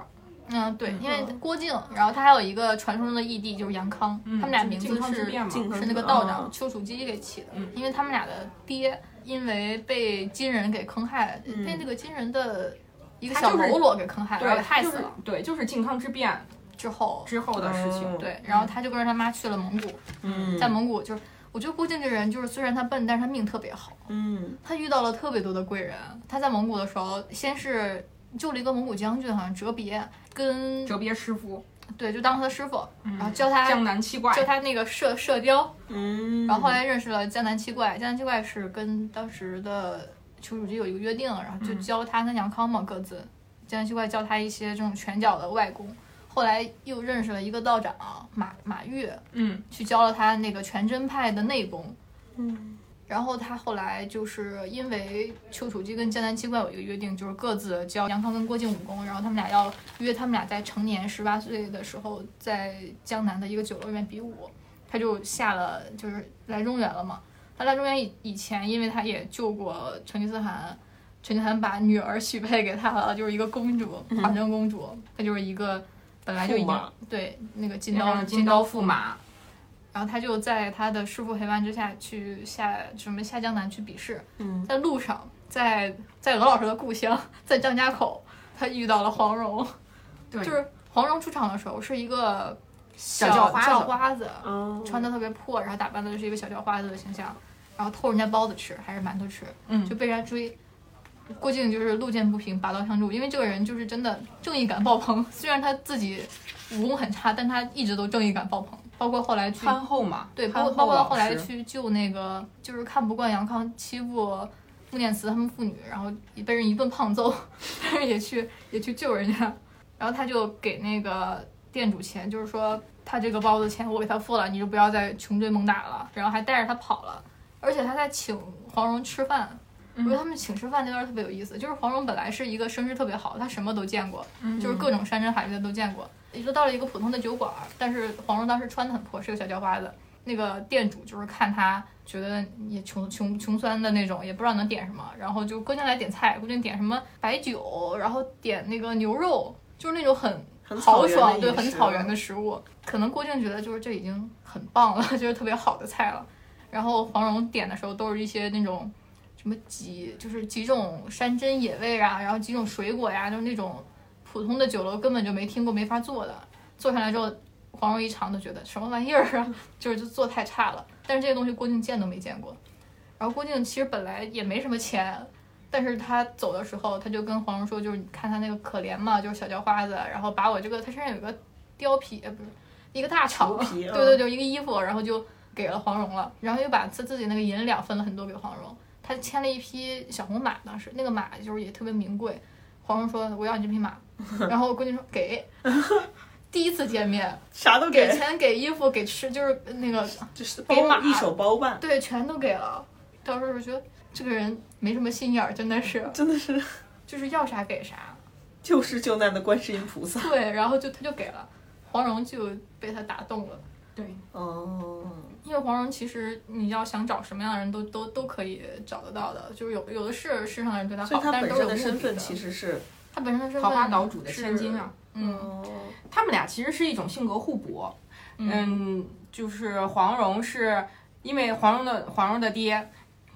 嗯，对，因为嗯郭靖，然后他还有一个传说中的义弟就是杨嗯康，他们俩名嗯字靖康之是变嘛，靖康是之那个道长啊丘处机给起的嗯，因为他们俩的爹因为被金人给坑害，嗯被那个金人的一个他小就是喽啰给坑害，然后对，给害就死是了对，就是靖康之变之后，之后的事情哦。对，然后他就跟着他妈去了蒙古，嗯在蒙古就是，我觉得郭靖这人就是虽然他笨，但是他命特别好，嗯他遇到了特别多的贵人。他在蒙古的时候，先是救了一个蒙古将军，好像哲别，跟折别师傅，对就当他的师傅，然后嗯教他江南七怪，教他那个射射雕，嗯，然后后来认识了江南七怪，江南七怪是跟当时的丘处机有一个约定，然后就嗯教他跟杨康嘛各自，江南七怪教他一些这种拳脚的外功。后来又认识了一个道长马马钰，嗯，去教了他那个全真派的内功。嗯然后他后来就是因为丘处机跟江南七怪有一个约定，就是各自教杨康跟郭靖武功，然后他们俩要约他们俩在成年十八岁的时候在江南的一个酒楼里面比武。他就下了，就是来中原了嘛。他来中原以以前，因为他也救过成吉思汗，成吉思汗把女儿许配给他了，就是一个公主，华筝公主，她就是一个本来就已嗯驸经马对那个金然刀后金刀驸马，然后他就在他的师傅陪伴之下去下什么下江南去比试，嗯，在路上，在在鹅老师的故乡，在张家口，他遇到了黄蓉，对 就是黄蓉出场的时候是一个小叫花子嗯叫花子哦穿的特别破，然后打扮的就是一个小叫花子的形象，然后偷人家包子吃还是馒头吃，嗯就被人家追。郭靖就是路见不平拔刀相助，因为这个人就是真的正义感爆棚。虽然他自己武功很差，但他一直都正义感爆棚，包括后来去潘后嘛，对，潘包括包后括老后来师去救那个，就是看不惯杨康欺负穆念慈他们父女，然后被人一顿胖揍， 但是也去也去救人家，然后他就给那个店主钱，就是说他这个包子钱我给他付了，你就不要再穷追猛打了，然后还带着他跑了，而且他在请黄蓉吃饭。我觉得他们请吃饭那段特别有意思，就是黄蓉本来是一个身世特别好，她什么都见过，就是各种山珍海味她都见过。也就到了一个普通的酒馆儿，但是黄蓉当时穿的很破，是个小叫花子，那个店主就是看他觉得也穷穷穷酸的那种，也不知道能点什么，然后就郭靖来点菜，郭靖点什么白酒，然后点那个牛肉，就是那种很很豪草原的啊爽，饮对，食很草原的食物。可能郭靖觉得就是这已经很棒了， 就是特别好的菜了。然后黄蓉点的时候都是一些那种什么几，就是几种山珍野味啊，然后几种水果呀、就是那种普通的酒楼根本就没听过、没法做的。做上来之后，黄蓉一尝就觉得什么玩意儿啊， 就是就做太差了。但是这些东西郭靖见都没见过。然后郭靖其实本来也没什么钱，但是他走的时候，他就跟黄蓉说，就是你看他那个可怜嘛，就是小叫花子，然后把我这个他身上有个貂皮，呃不是一个大氅，貂皮啊对对对，一个衣服，然后就给了黄蓉了，然后又把他自己那个银两分了很多给黄蓉。他牵了一匹小红马，当时那个马就是也特别名贵。黄蓉说：“我要你这匹马。”然后郭靖说：“给。” 第一次见面，啥都给钱、给衣服、给吃，就是那个就是给马包一手包办，对，全都给了。当时我觉得这个人没什么心眼儿，真的是，真的是就是要啥给啥。救世救难的观世音菩萨。对，然后就他就给了，黄蓉就被他打动了。对，哦，因为黄蓉其实你要想找什么样的人都都都可以找得到的，就是有有的是世上的人对他所以好，他但是本都是有身的目身的份的其实是，他本身的身份桃花岛主的千金啊，是，嗯哦，他们俩其实是一种性格互补。嗯，就是黄蓉是因为黄蓉的黄蓉的爹。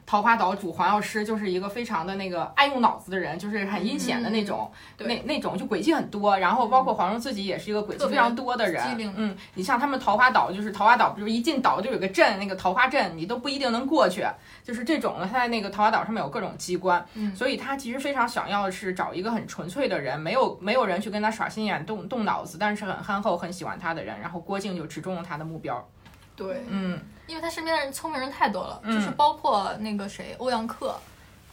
桃花岛主黄药师就是一个非常的那个爱用脑子的人，就是很阴险的那种，嗯那那种就诡计很多。然后包括黄蓉自己也是一个诡计非常多的特别机人灵。嗯，你像他们桃花岛，就是桃花岛，比如一进岛就有个镇，那个桃花镇你都不一定能过去，就是这种的。他在那个桃花岛上面有各种机关，嗯所以他其实非常想要的是找一个很纯粹的人，没有没有人去跟他耍心眼、动动脑子，但是很憨厚、很喜欢他的人。然后郭靖就直中了他的目标。对，嗯，因为他身边的人聪明人太多了，嗯就是包括那个谁欧阳克，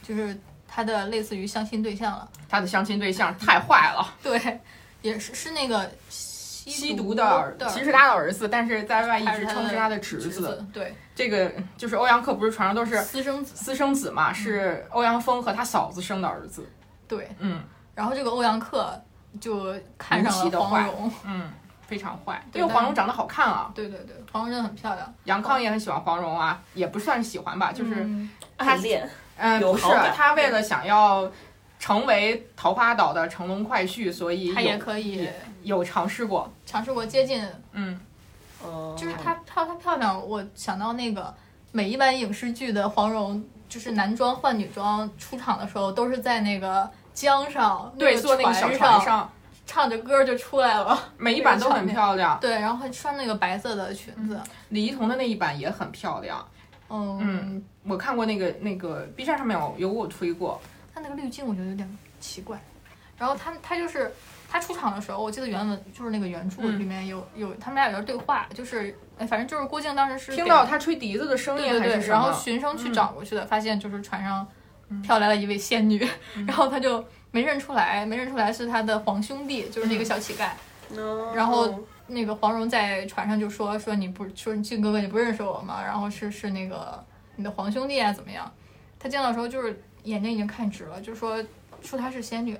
就是他的类似于相亲对象了。他的相亲对象太坏了。对，也是是那个吸吸毒的的，其实他的儿子，但是在外一还直是称是的他的侄侄子。，对，这个就是欧阳克，不是传说都是私生子，私生子嘛，是欧阳锋和他嫂子生的儿子。对。嗯然后这个欧阳克就看上无奇了的黄坏蓉，嗯，非常坏，对因为但黄蓉长得好看啊，对对对，黄蓉真的很漂亮，杨康也很喜欢黄蓉啊，也不算喜欢吧，就是嗯他很练，嗯，有不是好感他为了想要成为桃花岛的乘龙快婿，所以她也有可以有尝试过。尝试过接近，嗯，哦就是她她她漂亮，我想到那个每一版影视剧的黄蓉，就是男装换女装出场的时候，都是在那个江上，对，个坐那个小船船上，唱着歌就出来了，每一版都很漂亮。对，然后还穿那个白色的裙子，李一桐的那一版也很漂亮。嗯，嗯我看过那个那个 B 站上面有有我推过，他那个滤镜我觉得有点奇怪。然后他他就是他出场的时候，我记得原文就是那个原著嗯里面有、有他们俩有段对话，就是哎反正就是郭靖当时是听给到他吹笛子的声对音还对是对，什么然后循声去嗯找过去的，发现就是船上飘来了一位仙女，然后他就没认出来，没认出来是他的皇兄弟，就是那个小乞丐。然后那个黄蓉在船上就说说你不说靖哥哥你不认识我吗？然后是是那个你的皇兄弟啊怎么样？他见到的时候就是眼睛已经看直了，就说说她是仙女，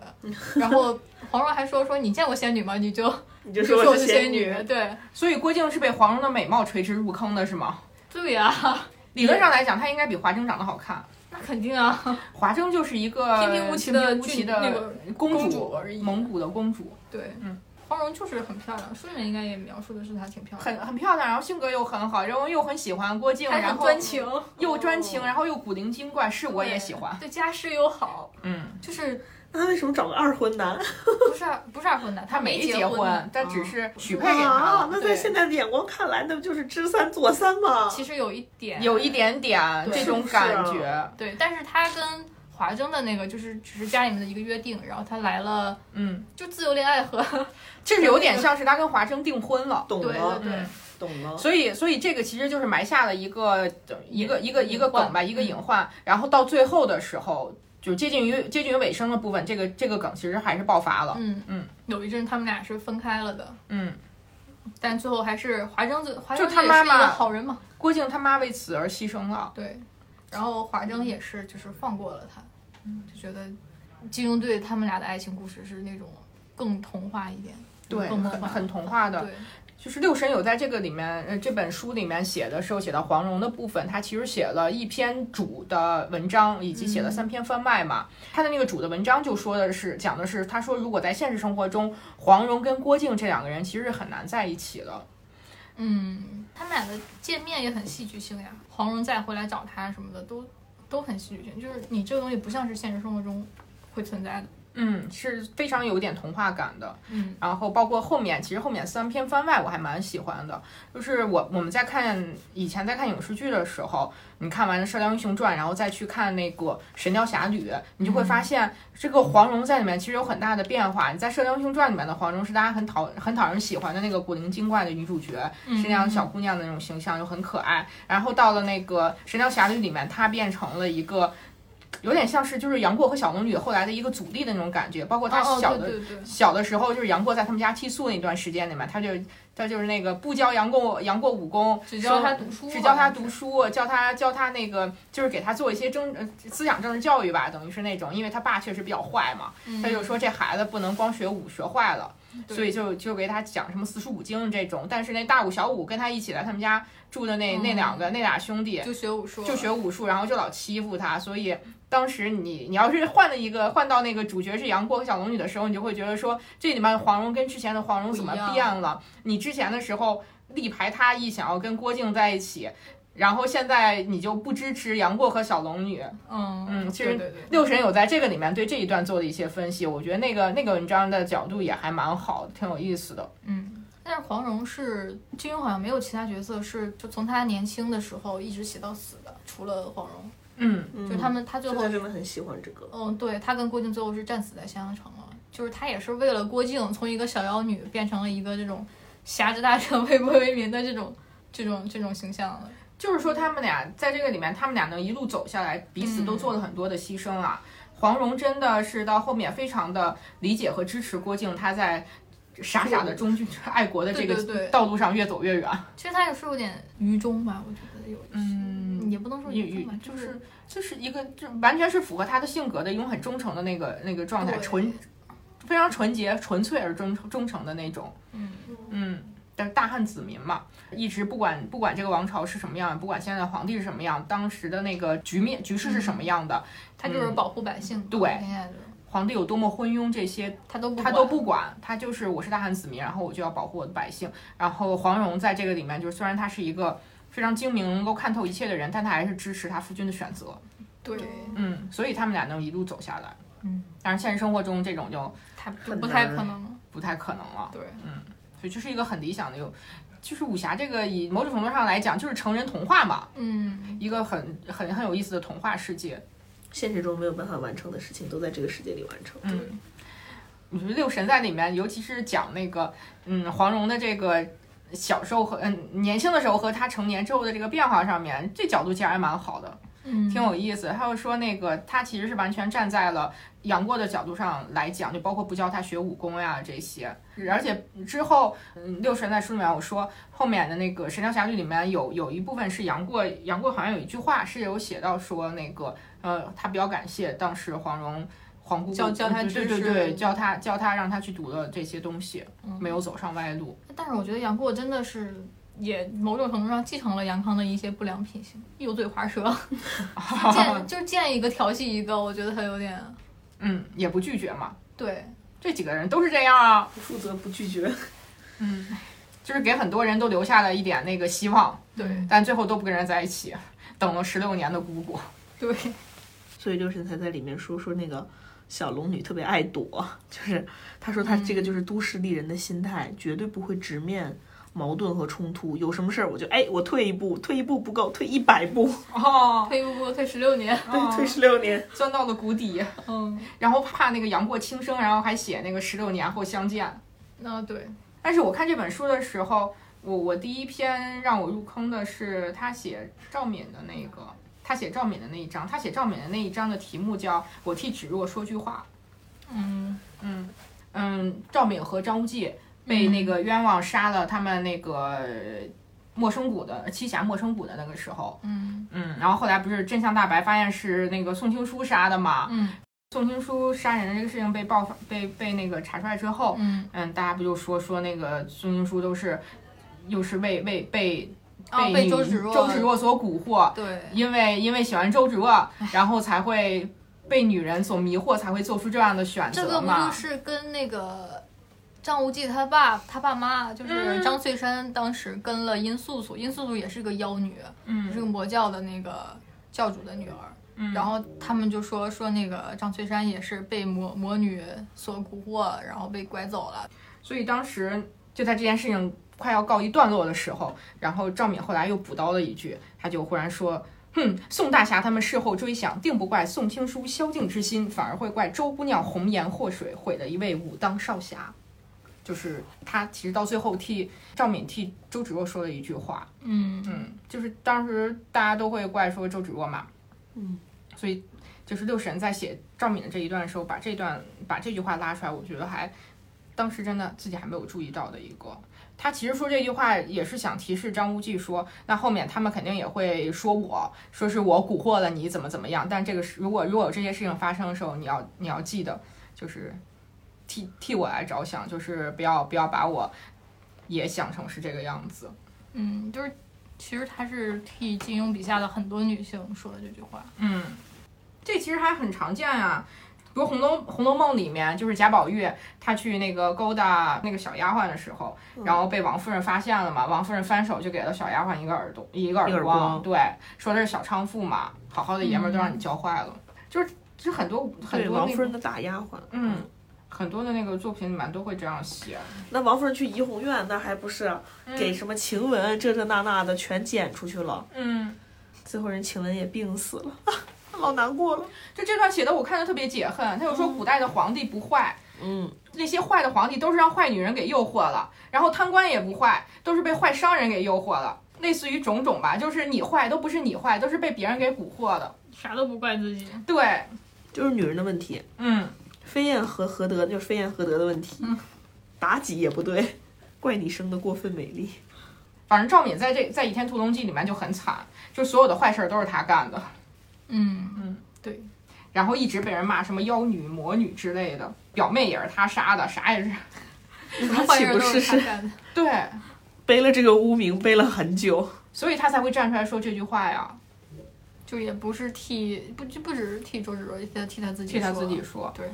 然后黄蓉还说说你见过仙女吗？你就你就就说我是仙女，对所以郭靖是被黄蓉的美貌垂直入坑的，是吗？对啊呀、理论上来讲，他应该比华筝长得好看。那肯定啊，华筝就是一个平平无奇平呃的平无奇郡那个的公公主而已蒙古的公主，对，嗯，黄蓉就是很漂亮，书里面应该也描述的是她挺漂亮很的，很漂亮，然后性格又很好，然后又很喜欢郭靖，还然很后专情，又专情，哦然后又古灵精怪，是我也喜欢。对家世又好，嗯，就是那他为什么找个二婚男？不是不是二婚嗯男，他没结结婚，但只哦是许配给他啊了，，那对在现在的眼光看来，那不就是知三做三吗？其实有一点有一点点对啊这种感觉。对，但是他跟华筝的那个就是只是家里面的一个约定，然后他来了嗯，就自由恋爱和这是有点像是他跟华筝订婚了。懂对对了，对嗯，懂了。所以，所以这个其实就是埋下了一个一个一个一个隐患梗吧，一个嗯隐患。然后到最后的时候，就接近于接近于尾声的部分，这个这个梗其实还是爆发了。嗯嗯，有一阵他们俩是分开了的，嗯，但最后还是华筝最华筝就他也妈是一个妈好人嘛，郭靖他妈为此而牺牲了。对，然后华筝也是就是放过了他，嗯就觉得金庸对他们俩的爱情故事是那种更童话一点，对，更很梦幻，很童话的，对，就是六神有在这个里面，呃，这本书里面写的时候写到黄蓉的部分，他其实写了一篇主的文章，以及写了三篇番外嘛。他的那个主的文章就说的是讲的是，他说如果在现实生活中，黄蓉跟郭靖这两个人其实是很难在一起的。嗯，他们俩的见面也很戏剧性呀，黄蓉再回来找他什么的都都很戏剧性，就是你这个东西不像是现实生活中会存在的，嗯，是非常有点童话感的。嗯，然后包括后面，其实后面三篇番外我还蛮喜欢的。就是我我们在看以前在看影视剧的时候，你看完《射雕英雄传》，然后再去看那个《神雕侠侣》，你就会发现这个黄蓉在里面其实有很大的变化。你在《射雕英雄传》里面的黄蓉是大家很讨很讨人喜欢的那个古灵精怪的女主角，嗯是那样小姑娘的那种形象，又很可爱。然后到了那个《神雕侠侣》里面，她变成了一个。有点像是就是杨过和小龙女后来的一个阻力的那种感觉，包括她哦哦小的对对对，小的时候，就是杨过在他们家剃宿那段时间里面，他就他就是那个不教杨过杨过武功，只教说他读啊书，只教他读，书，教他教他那个就是给他做一些政呃思想政治教育吧，等于是那种，因为他爸确实比较坏嘛，嗯、他就说这孩子不能光学武，学坏了，对所以就就给他讲什么四书五经这种。但是那大武小武跟他一起来他们家住的那、那嗯两个那俩兄弟，就学武术，就学武术，然后就老欺负他，所以当时你你要是换了一个换到那个主角是杨过和小龙女的时候，你就会觉得说这里面黄蓉跟之前的黄蓉怎么不一样变了？你之前的时候力排他役，想要跟郭靖在一起，然后现在你就不支持杨过和小龙女。嗯嗯其实对对对，六神有在这个里面对这一段做了一些分析，我觉得那个那个文章的角度也还蛮好，挺有意思的。嗯，但是黄蓉是金庸好像没有其他角色是就从他年轻的时候一直写到死的，除了黄蓉，嗯，嗯就是他，们他最就后他真的很喜欢这个。嗯，对他跟郭靖最后是战死在襄阳城了，就是他也是为了郭靖从一个小妖女变成了一个这种侠之大者为国为民的这种这种这种形象了。就是说他们俩在这个里面，他们俩能一路走下来，彼此嗯都做了很多的牺牲啊。黄蓉真的是到后面非常的理解和支持郭靖，他在。傻傻的忠君爱国的这对对个对道路上越走越远。其实他也是有点愚忠吧，我觉得有，嗯，也不能说也愚忠吧，就就是就是一个，就完全是符合他的性格的一种很忠诚的那个那个状态，对纯非常纯洁、纯粹而忠忠诚的那种。嗯，嗯，但是大汉子民嘛，一直不管不管这个王朝是什么样，不管现在的皇帝是什么样，当时的那个局面局势是嗯什么样的，他就是嗯保护百姓，对保护天下人皇帝有多么昏庸，这些他都不他都管不管，他就是我是大汉子民，然后我就要保护我的百姓。然后黄蓉在这个里面，就是虽然他是一个非常精明、能够看透一切的人，但他还是支持他夫君的选择。对，嗯，所以他们俩能一路走下来。嗯，但是现实生活中这种就他就很不太难可能，不太可能了，嗯对，所以就是一个很理想的有。就是武侠这个，以某种程度上来讲，就是成人童话嘛，嗯，一个很很很有意思的童话世界。现实中没有办法完成的事情，都在这个世界里完成。嗯，我觉得六神在里面，尤其是讲那个，嗯，黄蓉的这个小时候和嗯年轻的时候和她成年之后的这个变化上面，这角度其实还蛮好的，嗯，挺有意思。他又说那个他其实是完全站在了杨过的角度上来讲，就包括不教他学武功呀这些，而且之后，嗯，六神在书里面有说，后面的那个《神雕侠侣》里面有有一部分是杨过，杨过好像有一句话是有写到说那个，呃，他比较感谢当时黄蓉。黄姑姑嗯教教他对知对识对，教他教他让他去读的这些东西，嗯没有走上歪路。但是我觉得杨过真的是也某种程度上继承了杨康的一些不良品性，油嘴 滑舌，见就是见一个调戏一个，我觉得他有点嗯，也不拒绝嘛。对，这几个人都是这样啊，不负责，不拒绝。 嗯，就是给很多人都留下了一点那个希望，对但最后都不跟人在一起，等了十六年的姑姑。对，所以六神才在里面说说那个小龙女特别爱躲，就是他说他这个就是都市丽人的心态，嗯绝对不会直面矛盾和冲突。有什么事儿我就哎，我退一步，退一步不够，退一百步，哦，退一步退十六年，哦对， 退十六年。钻到了谷底， 嗯，然后怕那个杨过轻生，然后还写那个十六年后相见。 那对，但是我看这本书的时候，我我第一篇让我入坑的是他写赵敏的那个，他写赵敏的那一章，他写赵敏的那一章的题目叫“我替芷若说句话”。嗯，嗯，嗯，赵敏和张无忌被那个冤枉杀了，他们那个呃陌生谷的栖霞陌生谷的那个时候，嗯嗯，然后后来不是真相大白，发现是那个宋青书杀的嘛？嗯宋青书杀人这个事情被爆发被被那个查出来之后，嗯，嗯，大家不就说说那个宋青书都是又是为为被哦，被女周芷若，周芷若所蛊惑，对，因为因为喜欢周芷若，然后才会被女人所迷惑，才会做出这样的选这个择不就嘛？是跟那个张无忌他爸他爸妈，就是嗯张翠山当时跟了殷素素，殷素素也是个妖女，也嗯是个魔教的那个教主的女儿。嗯，然后他们就说说那个张翠山也是被魔魔女所蛊惑，然后被拐走了。所以当时就在这件事情快要告一段落的时候，然后赵敏后来又补刀了一句，他就忽然说：“哼，宋大侠他们事后追想，定不怪宋青书宵禁之心，反而会怪周姑娘红颜祸水，毁了一位武当少侠。”就是他其实到最后替赵敏替周芷若说了一句话，嗯嗯，就是当时大家都会怪说周芷若嘛，嗯，所以就是六神在写赵敏的这一段的时候，把这段把这句话拉出来，我觉得还当时真的自己还没有注意到的一个。他其实说这句话也是想提示张无忌说，那后面他们肯定也会说我说是我蛊惑了你怎么怎么样，但这个是如果如果有这些事情发生的时候，你要你要记得就是替替我来着想，就是不要不要把我也想成是这个样子。嗯，就是其实他是替金庸笔下的很多女性说的这句话。嗯，这其实还很常见啊。比如《红楼红楼梦》里面，就是贾宝玉他去那个勾搭那个小丫鬟的时候，嗯然后被王夫人发现了嘛，王夫人翻手就给了小丫鬟一个耳朵，一个一个耳耳光对，说的是小娼妇嘛，好好的爷们儿都让你教坏了，就是就是很多很嗯对，多王那夫个人的大丫鬟。嗯，很多的那个作品里面都会这样写，那王夫人去怡红院，那还不是给什么晴雯这这那那的全捡出去了？嗯，最后人晴雯也病死了， 啊老难过了。就这段写的我看着特别解恨，他就说古代的皇帝不坏，嗯，那些坏的皇帝都是让坏女人给诱惑了，然后贪官也不坏，都是被坏商人给诱惑了，类似于种种吧，就是你坏都不是你坏，都是被别人给蛊惑的。啥都不怪自己，对，就是女人的问题。嗯，嗯飞燕和何德就是飞燕何德的问题。妲己也不对，怪你生的过分美丽。反正赵敏在这在《倚天屠龙记》里面就很惨，就所有的坏事儿都是她干的，嗯然后一直被人骂什么妖女、魔女之类的，表妹也是她杀的，啥也是。那坏岂人不都是他是干的。对，背了这个污名背了很久？所以她才会站出来说这句话呀，就也不是替不就不只是替周芷若，也替他自己替她说自己说。对，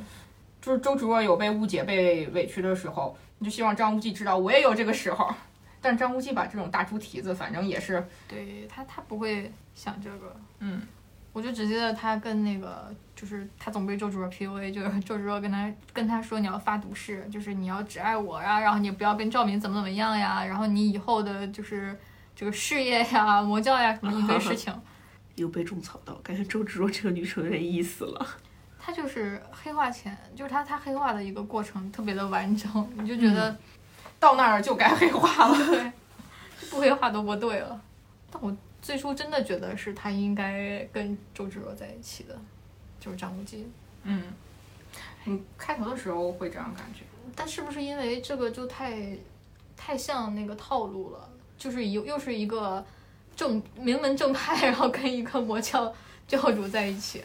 就是周芷若有被误解、被委屈的时候，你就希望张无忌知道我也有这个时候。 但张无忌吧，这种大猪蹄子，反正也是，对他他不会想这个，嗯，我就只记得他跟那个就是他总被周芷若 PUA，就是周芷若跟他跟他说你要发毒誓，就是你要只爱我呀，然后你不要跟赵敏怎么怎么样呀，然后你以后的就是这个事业呀、魔教呀什么一堆事情，又被种草到，感觉周芷若这个女生有点意思了。他就是黑化前，就是他他黑化的一个过程特别的完整，你就觉得到那儿就该黑化了。对，不黑化都不对了。但我最初真的觉得是他应该跟周芷若在一起的，就是张无忌。嗯， 你开头的时候会这样感觉。但是不是因为这个就太太像那个套路了？就是又又是一个正名门正派，然后跟一个魔教教主在一起，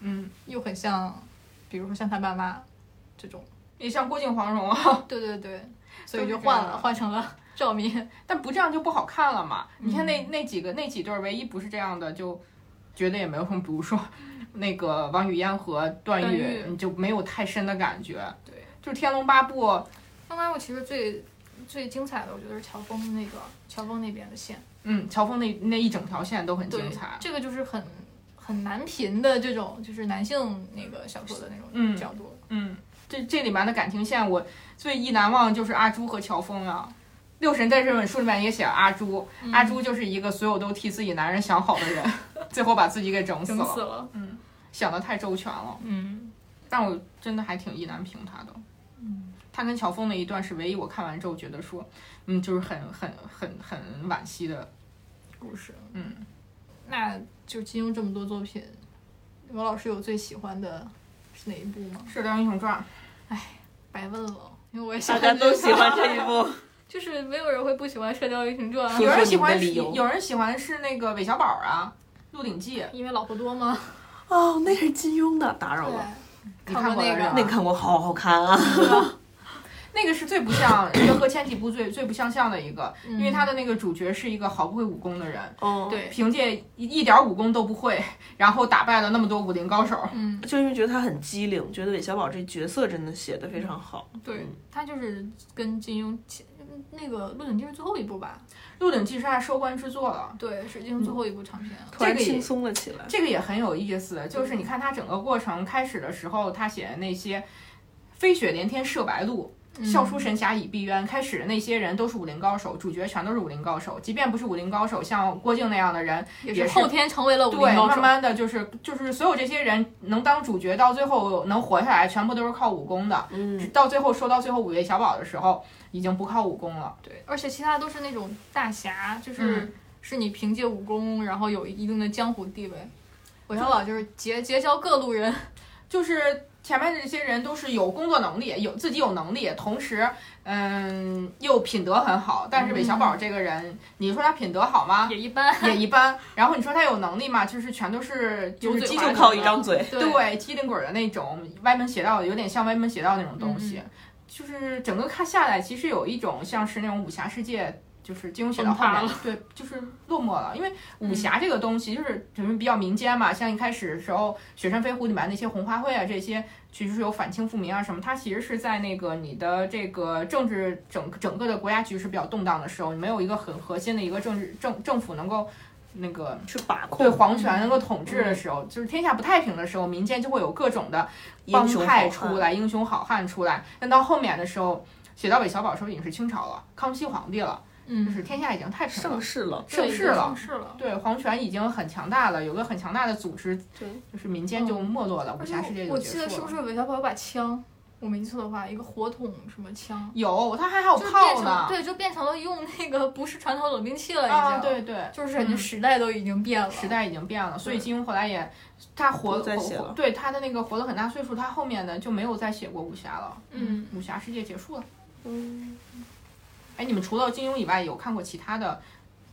嗯，又很像，比如说像他爸妈这 种。也像郭靖、黄蓉啊， 对对对，所都以是这就换样了，换成了赵敏。但不这样就不好看了嘛。你看嗯那那几个那几对儿，唯一不是这样的，就觉得也没有什么，比如 说那个王语嫣和段段誉誉，你就没有太深的感觉。对，就是《天龙八部》另外，我其实最最精彩的，我觉得是乔峰那个乔峰那边的线。嗯，乔峰那那一整条线都很对精彩，。这个就是很很难评的这种，就是男性那个小说的那嗯种角度。嗯，这这里面的感情线，我最一难忘就是阿朱和乔峰啊。六神在这本书里面也写了阿朱，嗯阿朱就是一个所有都替自己男人想好的人， 最后把自己给整死整了，嗯死了。想的太周全了。嗯，但我真的还挺意难平他的。嗯，他跟乔峰那一段是唯一我看完之后觉得说，嗯，就是很很很很惋惜的。故事。嗯，那就金庸这么多作品，王老师有最喜欢的是哪一部吗？ 《射雕英雄传》白问了，因为我也喜大欢家都这喜个欢这一部， 就是没有人会不喜欢《射雕英雄 传》说有啊，说人喜你们的欢是理由有人喜欢是那个韦小宝啊，《鹿鼎记》因为老婆多吗？哦，那是金庸的，打扰对了。，你看看过那了是吧个那个看过，好好看啊！ 那个是最不像，也和前几部最最不相像的一个，因为他的的那个主角是一个毫不会武功的人，哦，，嗯对，凭借一一点武功都不会，然后打败了那么多武林高手。嗯，就因为觉得他很机灵，觉得韦小宝这角色真的写的非常好。嗯对他就是跟金庸前那个《鹿鼎记》是最后一部吧？《嗯鹿鼎记》是他收官之作了，对，是金庸最后一部长篇。突然这个也轻松了起来。这个也很有意思。就是你看他整个过程，开始的时候他写的那些“飞雪连天射白鹿”。嗯笑书神侠倚碧鸳，开始的那些人都是武林高手，主角全都是武林高手。即便不是武林高手，像郭靖那样的人，也也是是后天成为了武对，林高慢手。慢的就是就是所有这些人能当主角，到最后能活下来，全部都是靠武功的。嗯，到最后说到最后五位小宝的时候，已经不靠武功了。对，而且其他都是那种大侠，就是、嗯是你凭借武功，然后有一定的江湖地位。韦小宝就是结结交各路人，就是前面这些人都是有工作能力，有自己有能力，同时嗯又品德很好。但是韦小宝这个人，你说他品德好吗？也一般。也一般。然后你说他有能力吗？就是全都是就是油机嘴滑灵就舌靠鬼一儿张嘴。对，对，机灵鬼儿的那种歪门邪道，有点像歪门邪道那种东西。嗯就是整个看下来，其实有一种像是那种武侠世界，就是金庸写到后面崩，嗯对，就是落寞了。因为武侠这个东西就是就是比较民间嘛，像一开始的时候《雪山飞狐》里面那些红花会啊，这些其实是有反清复明啊什么，它其实是在那个你的这个政治整整个的国家局势比较动荡的时候，你没有一个很核心的一个政治政政府能够那个去把控对皇嗯权能够统治的时候，就是天下不太平的时候，民间就会有各种的帮英雄派好汉出来，英雄好汉出来。但到后面的时候，写到韦小宝的时候已经是清朝了，康熙皇帝了，就嗯，是天下已经太平盛了，世了，盛世了盛。世了。对，皇权已经很强大了，有个很强大的组织，对，就是民间就没落了，武而且侠世界嗯我就记得结是束不了。是韦小宝有把枪？我没记错的话，一个火筒什么枪，有，他还还有就是变炮成呢。对，就变成了用那个不是传统冷兵器了，已经。啊，对对，就是感觉嗯时代都已经变了。时代已经变了，所以金庸后来也他活不再写活了对他的那个活了很大岁数，他后面的就没有再写过武侠了。嗯，武侠世界结束了。嗯，哎，你们除了金庸以外，有看过其他的，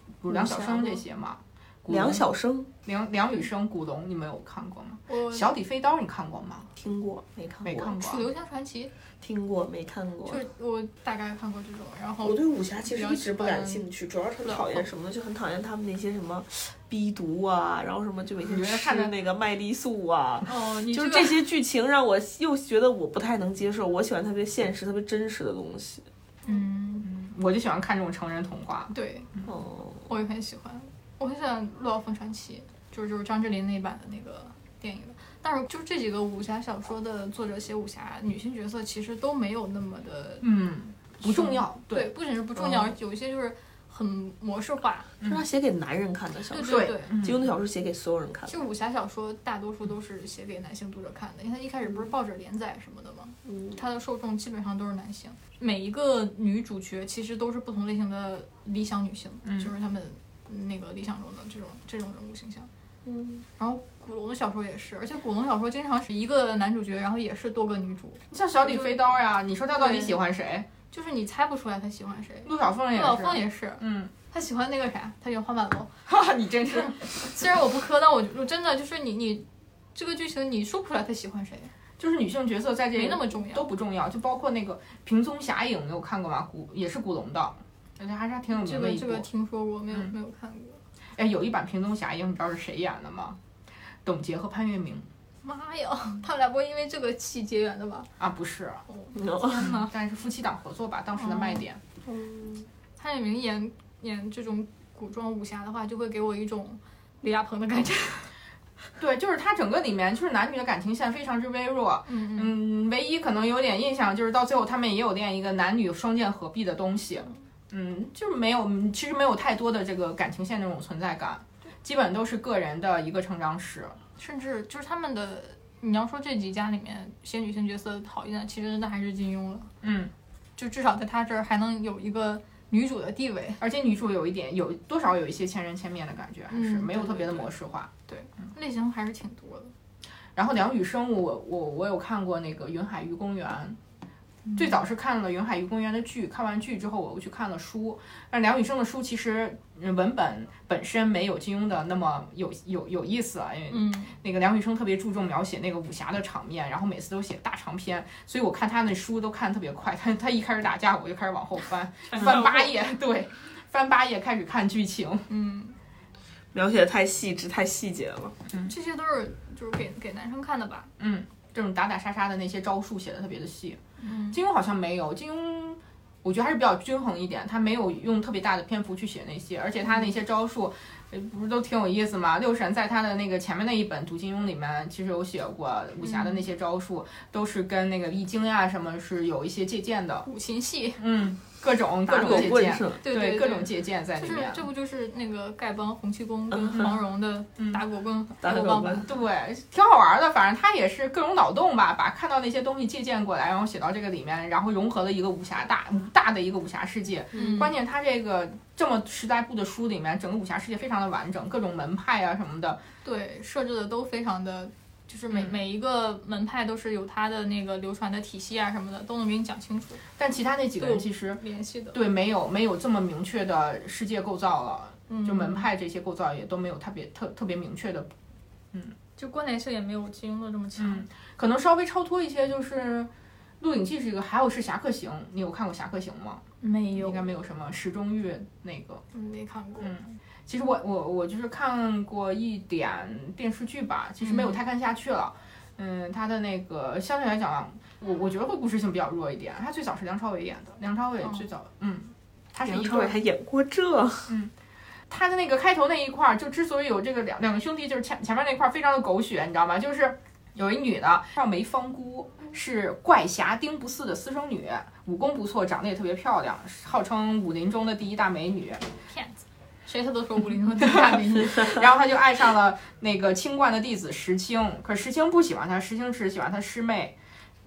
比如梁晓声这些吗？古龙梁晓声梁梁羽生、古龙，你们有看过吗？我小李飞刀你看过吗？听过没看过？没看楚过。留香传奇听过没看过就？是我大概看过这种，然后我对武侠其实一直不感兴趣，主要是很讨厌什么呢？就很讨厌他们那些什么逼毒啊，然后什么就每你天觉得吃看着那个麦丽素 啊，哦，你就是是这些剧情让我又觉得我不太能接受。我喜欢特别现实、特别真实的东西。嗯，嗯，我就喜欢看这种成人童话。对，哦，我也很喜欢，我很喜欢《陆小凤传奇》，就是就是张智霖那版的那个电影的。但是就是这几个武侠小说的作者写武侠女性角色，其实都没有那么的嗯，不重要。对，，不仅是不重要，有一些就是很模式化。是他写给男人看的小对说，对对对，嗯金庸的小说写给所有人看的。就武侠小说大多数都是写给男性读者看的，因为它一开始不是报纸连载什么的吗？嗯，它的受众基本上都是男性。每一个女主角其实都是不同类型的理想女性，嗯就是她们那个理想中的这种这种人物形象。嗯，然后古龙的小说也是，而且古龙小说经常是一个男主角，然后也是多个女主，像小李飞刀呀，你说他到底对喜欢谁？就是你猜不出来他喜欢谁。陆小凤陆也小凤是。也是，嗯，他喜欢那个啥，他喜欢花满楼。哈哈，你真是。虽然我不磕，但我我真的就是你你这个剧情你说不出来他喜欢谁，就是女性角色在这没里那么重要。都不重要，就包括那个《萍踪侠影》，你有看过吗？古也是古龙的，而且还是还挺有这名的个一这部。个听说过，没有、嗯没有看过。哎，有一版《萍踪侠影》，你知道是谁演的吗？董洁和潘粤明妈呀，他们俩不会因为这个戏结缘的吧？啊，不是，哦，哦天哪！但是夫妻档合作吧，当时的卖哦点。嗯潘粤明演演这种古装武侠的话，就会给我一种李亚鹏的感觉。对，就是它整个里面就是男女的感情线非常之微弱。 嗯嗯，嗯，唯一可能有点印象就是到最后他们也有练一个男女双剑合璧的东西。嗯，就是没有，嗯其实没有太多的这个感情线那种存在感，基本都是个人的一个成长史。甚至就是他们的，你要说这几家里面写女性角色讨厌的，其实那还是金庸了。嗯，就至少在他这儿还能有一个女主的地位。而且女主有一点有多少有一些千人千面的感觉，还是嗯没有对特别的对对模式化。类型还是挺多的。然后梁羽生我，我我有看过那个《云海鱼公园》，最早是看了《云海鱼公园》的剧，看完剧之后我又去看了书。但梁羽生的书其实嗯文本本身没有金庸的那么有有有意思啊，因为嗯，那个梁羽生特别注重描写那个武侠的场面，然后每次都写大长篇，所以我看他那书都看得特别快。他他一开始打架，我就开始往后 翻，翻八页，对，翻八页开始看剧情。嗯，描写的太细致、太细节了。这些都是就是给给男生看的吧？嗯，这种打打杀杀的那些招数写的特别的细。嗯，金庸好像没有，金庸我觉得还是比较均衡一点，他没有用特别大的篇幅去写那些，而且他那些招数，呃不是都挺有意思吗？六神在他的那个前面那一本《读金庸》里面，其实有写过武侠的那些招数，都是跟那个易经呀、什么是有一些借鉴的。五禽戏，嗯，各种各打种狗借棍鉴，是吧？对对，各种借鉴在就里是面。这不就是那个丐帮洪七公跟黄蓉的嗯打狗棍打狗棒棍吧？对，挺好玩的。反正他也是各种脑洞吧，把看到那些东西借鉴过来，然后写到这个里面，然后融合了一个武侠大大的一个武侠世界。嗯，关键他这个这么时代部的书里面，整个武侠世界非常的完整，各种门派啊什么的。对设置的都非常的，就是每、嗯每一个门派都是有它的那个流传的体系啊什么的，都能给你讲清楚但其他那几个人其实联系的。对没有没有这么明确的世界构造了，嗯，就门派这些构造也都没有特别特特别明确的，就关联性也没有金庸的这么强。嗯，可能稍微超脱一些就是。《鹿鼎记》是一个，还有是《侠客行》，你有看过《侠客行》吗？没应该没有什么石中玉那个，没看过。嗯其实我我我就是看过一点电视剧吧，其实没有太看下去了。嗯，他的那个相对来讲，我我觉得会故事性比较弱一点。他最早是梁朝伟演的，梁朝伟哦最早，嗯，他是梁一朝伟对。还演过这，他的那个开头那一块儿，就之所以有这个两两个兄弟，就是前前面那块儿非常的狗血，你知道吗？就是有一女的叫梅芳姑，是怪侠丁不寺的私生女，武功不错，长得也特别漂亮，号称武林中的第一大美女。骗子，谁他都说武林中最大美女。 然后他就爱上了那个清观的弟子石青，可石青不喜欢他，石青只喜欢他师妹。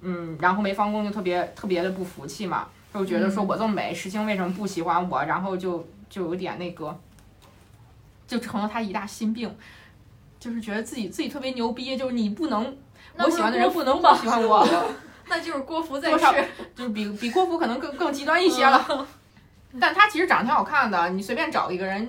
嗯，然后梅芳公就特别特别的不服气嘛，就觉得说嗯我这么美，石青为什么不喜欢我？然后就就有点那个，就成了他一大心病，就是觉得自己自己特别牛逼，就是你不能那我不喜欢的是人郭不能芙不吗喜欢我。那就是郭芙在多少世，就是比比郭芙可能更更极端一些了。 但她其实长得挺好看的，你随便找一个人，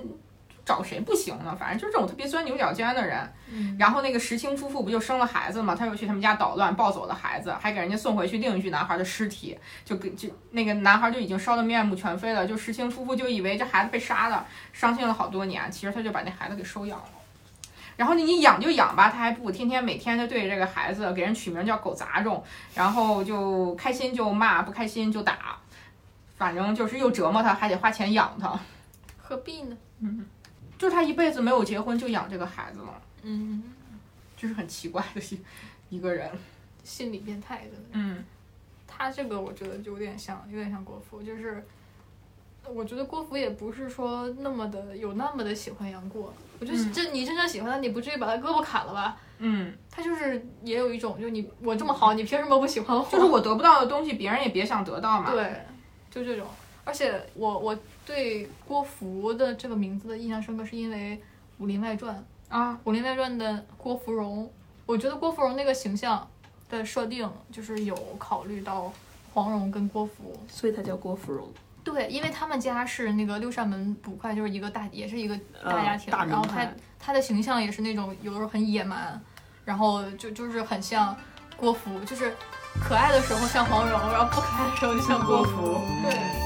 找谁不行呢？反正就是这种特别钻牛角尖的人。嗯然后那个石青夫妇不就生了孩子嘛，他又去他们家捣乱，抱走了孩子，还给人家送回去另一具男孩的尸体，就给就那个男孩就已经烧得面目全非了，就石青夫妇就以为这孩子被杀了，伤心了好多年，其实他就把那孩子给收养了。然后呢，你养就养吧，他还不天天每天就对着这个孩子给人取名叫狗杂种，然后就开心就骂，不开心就打，反正就是又折磨他，还得花钱养他，何必呢？就他一辈子没有结婚就养这个孩子了。嗯，就是很奇怪的一一个人。心理变态真的。嗯他这个我觉得就有点像，有点像郭芙，就是我觉得郭芙也不是说那么的有那么的喜欢杨过。我觉得嗯这你真正喜欢他，你不至于把他胳膊砍了吧？嗯，他就是也有一种，就你我这么好，你凭什么不喜欢我？就是我得不到的东西，别人也别想得到嘛。，对，就这种。而且我我对郭芙的这个名字的印象深刻，是因为《武林外传》啊， 《武林外传》的郭芙蓉，我觉得郭芙蓉那个形象的设定就是有考虑到黄蓉跟郭芙，所以她叫郭芙蓉，对，因为他们家是那个六扇门捕快，就是一个大，也是一个大呃家庭。大然后名他派他的形象也是那种有的时候很野蛮，然后就就是很像嗯郭芙，就是可爱的时候像黄蓉，然后不可爱的时候就像郭芙。对。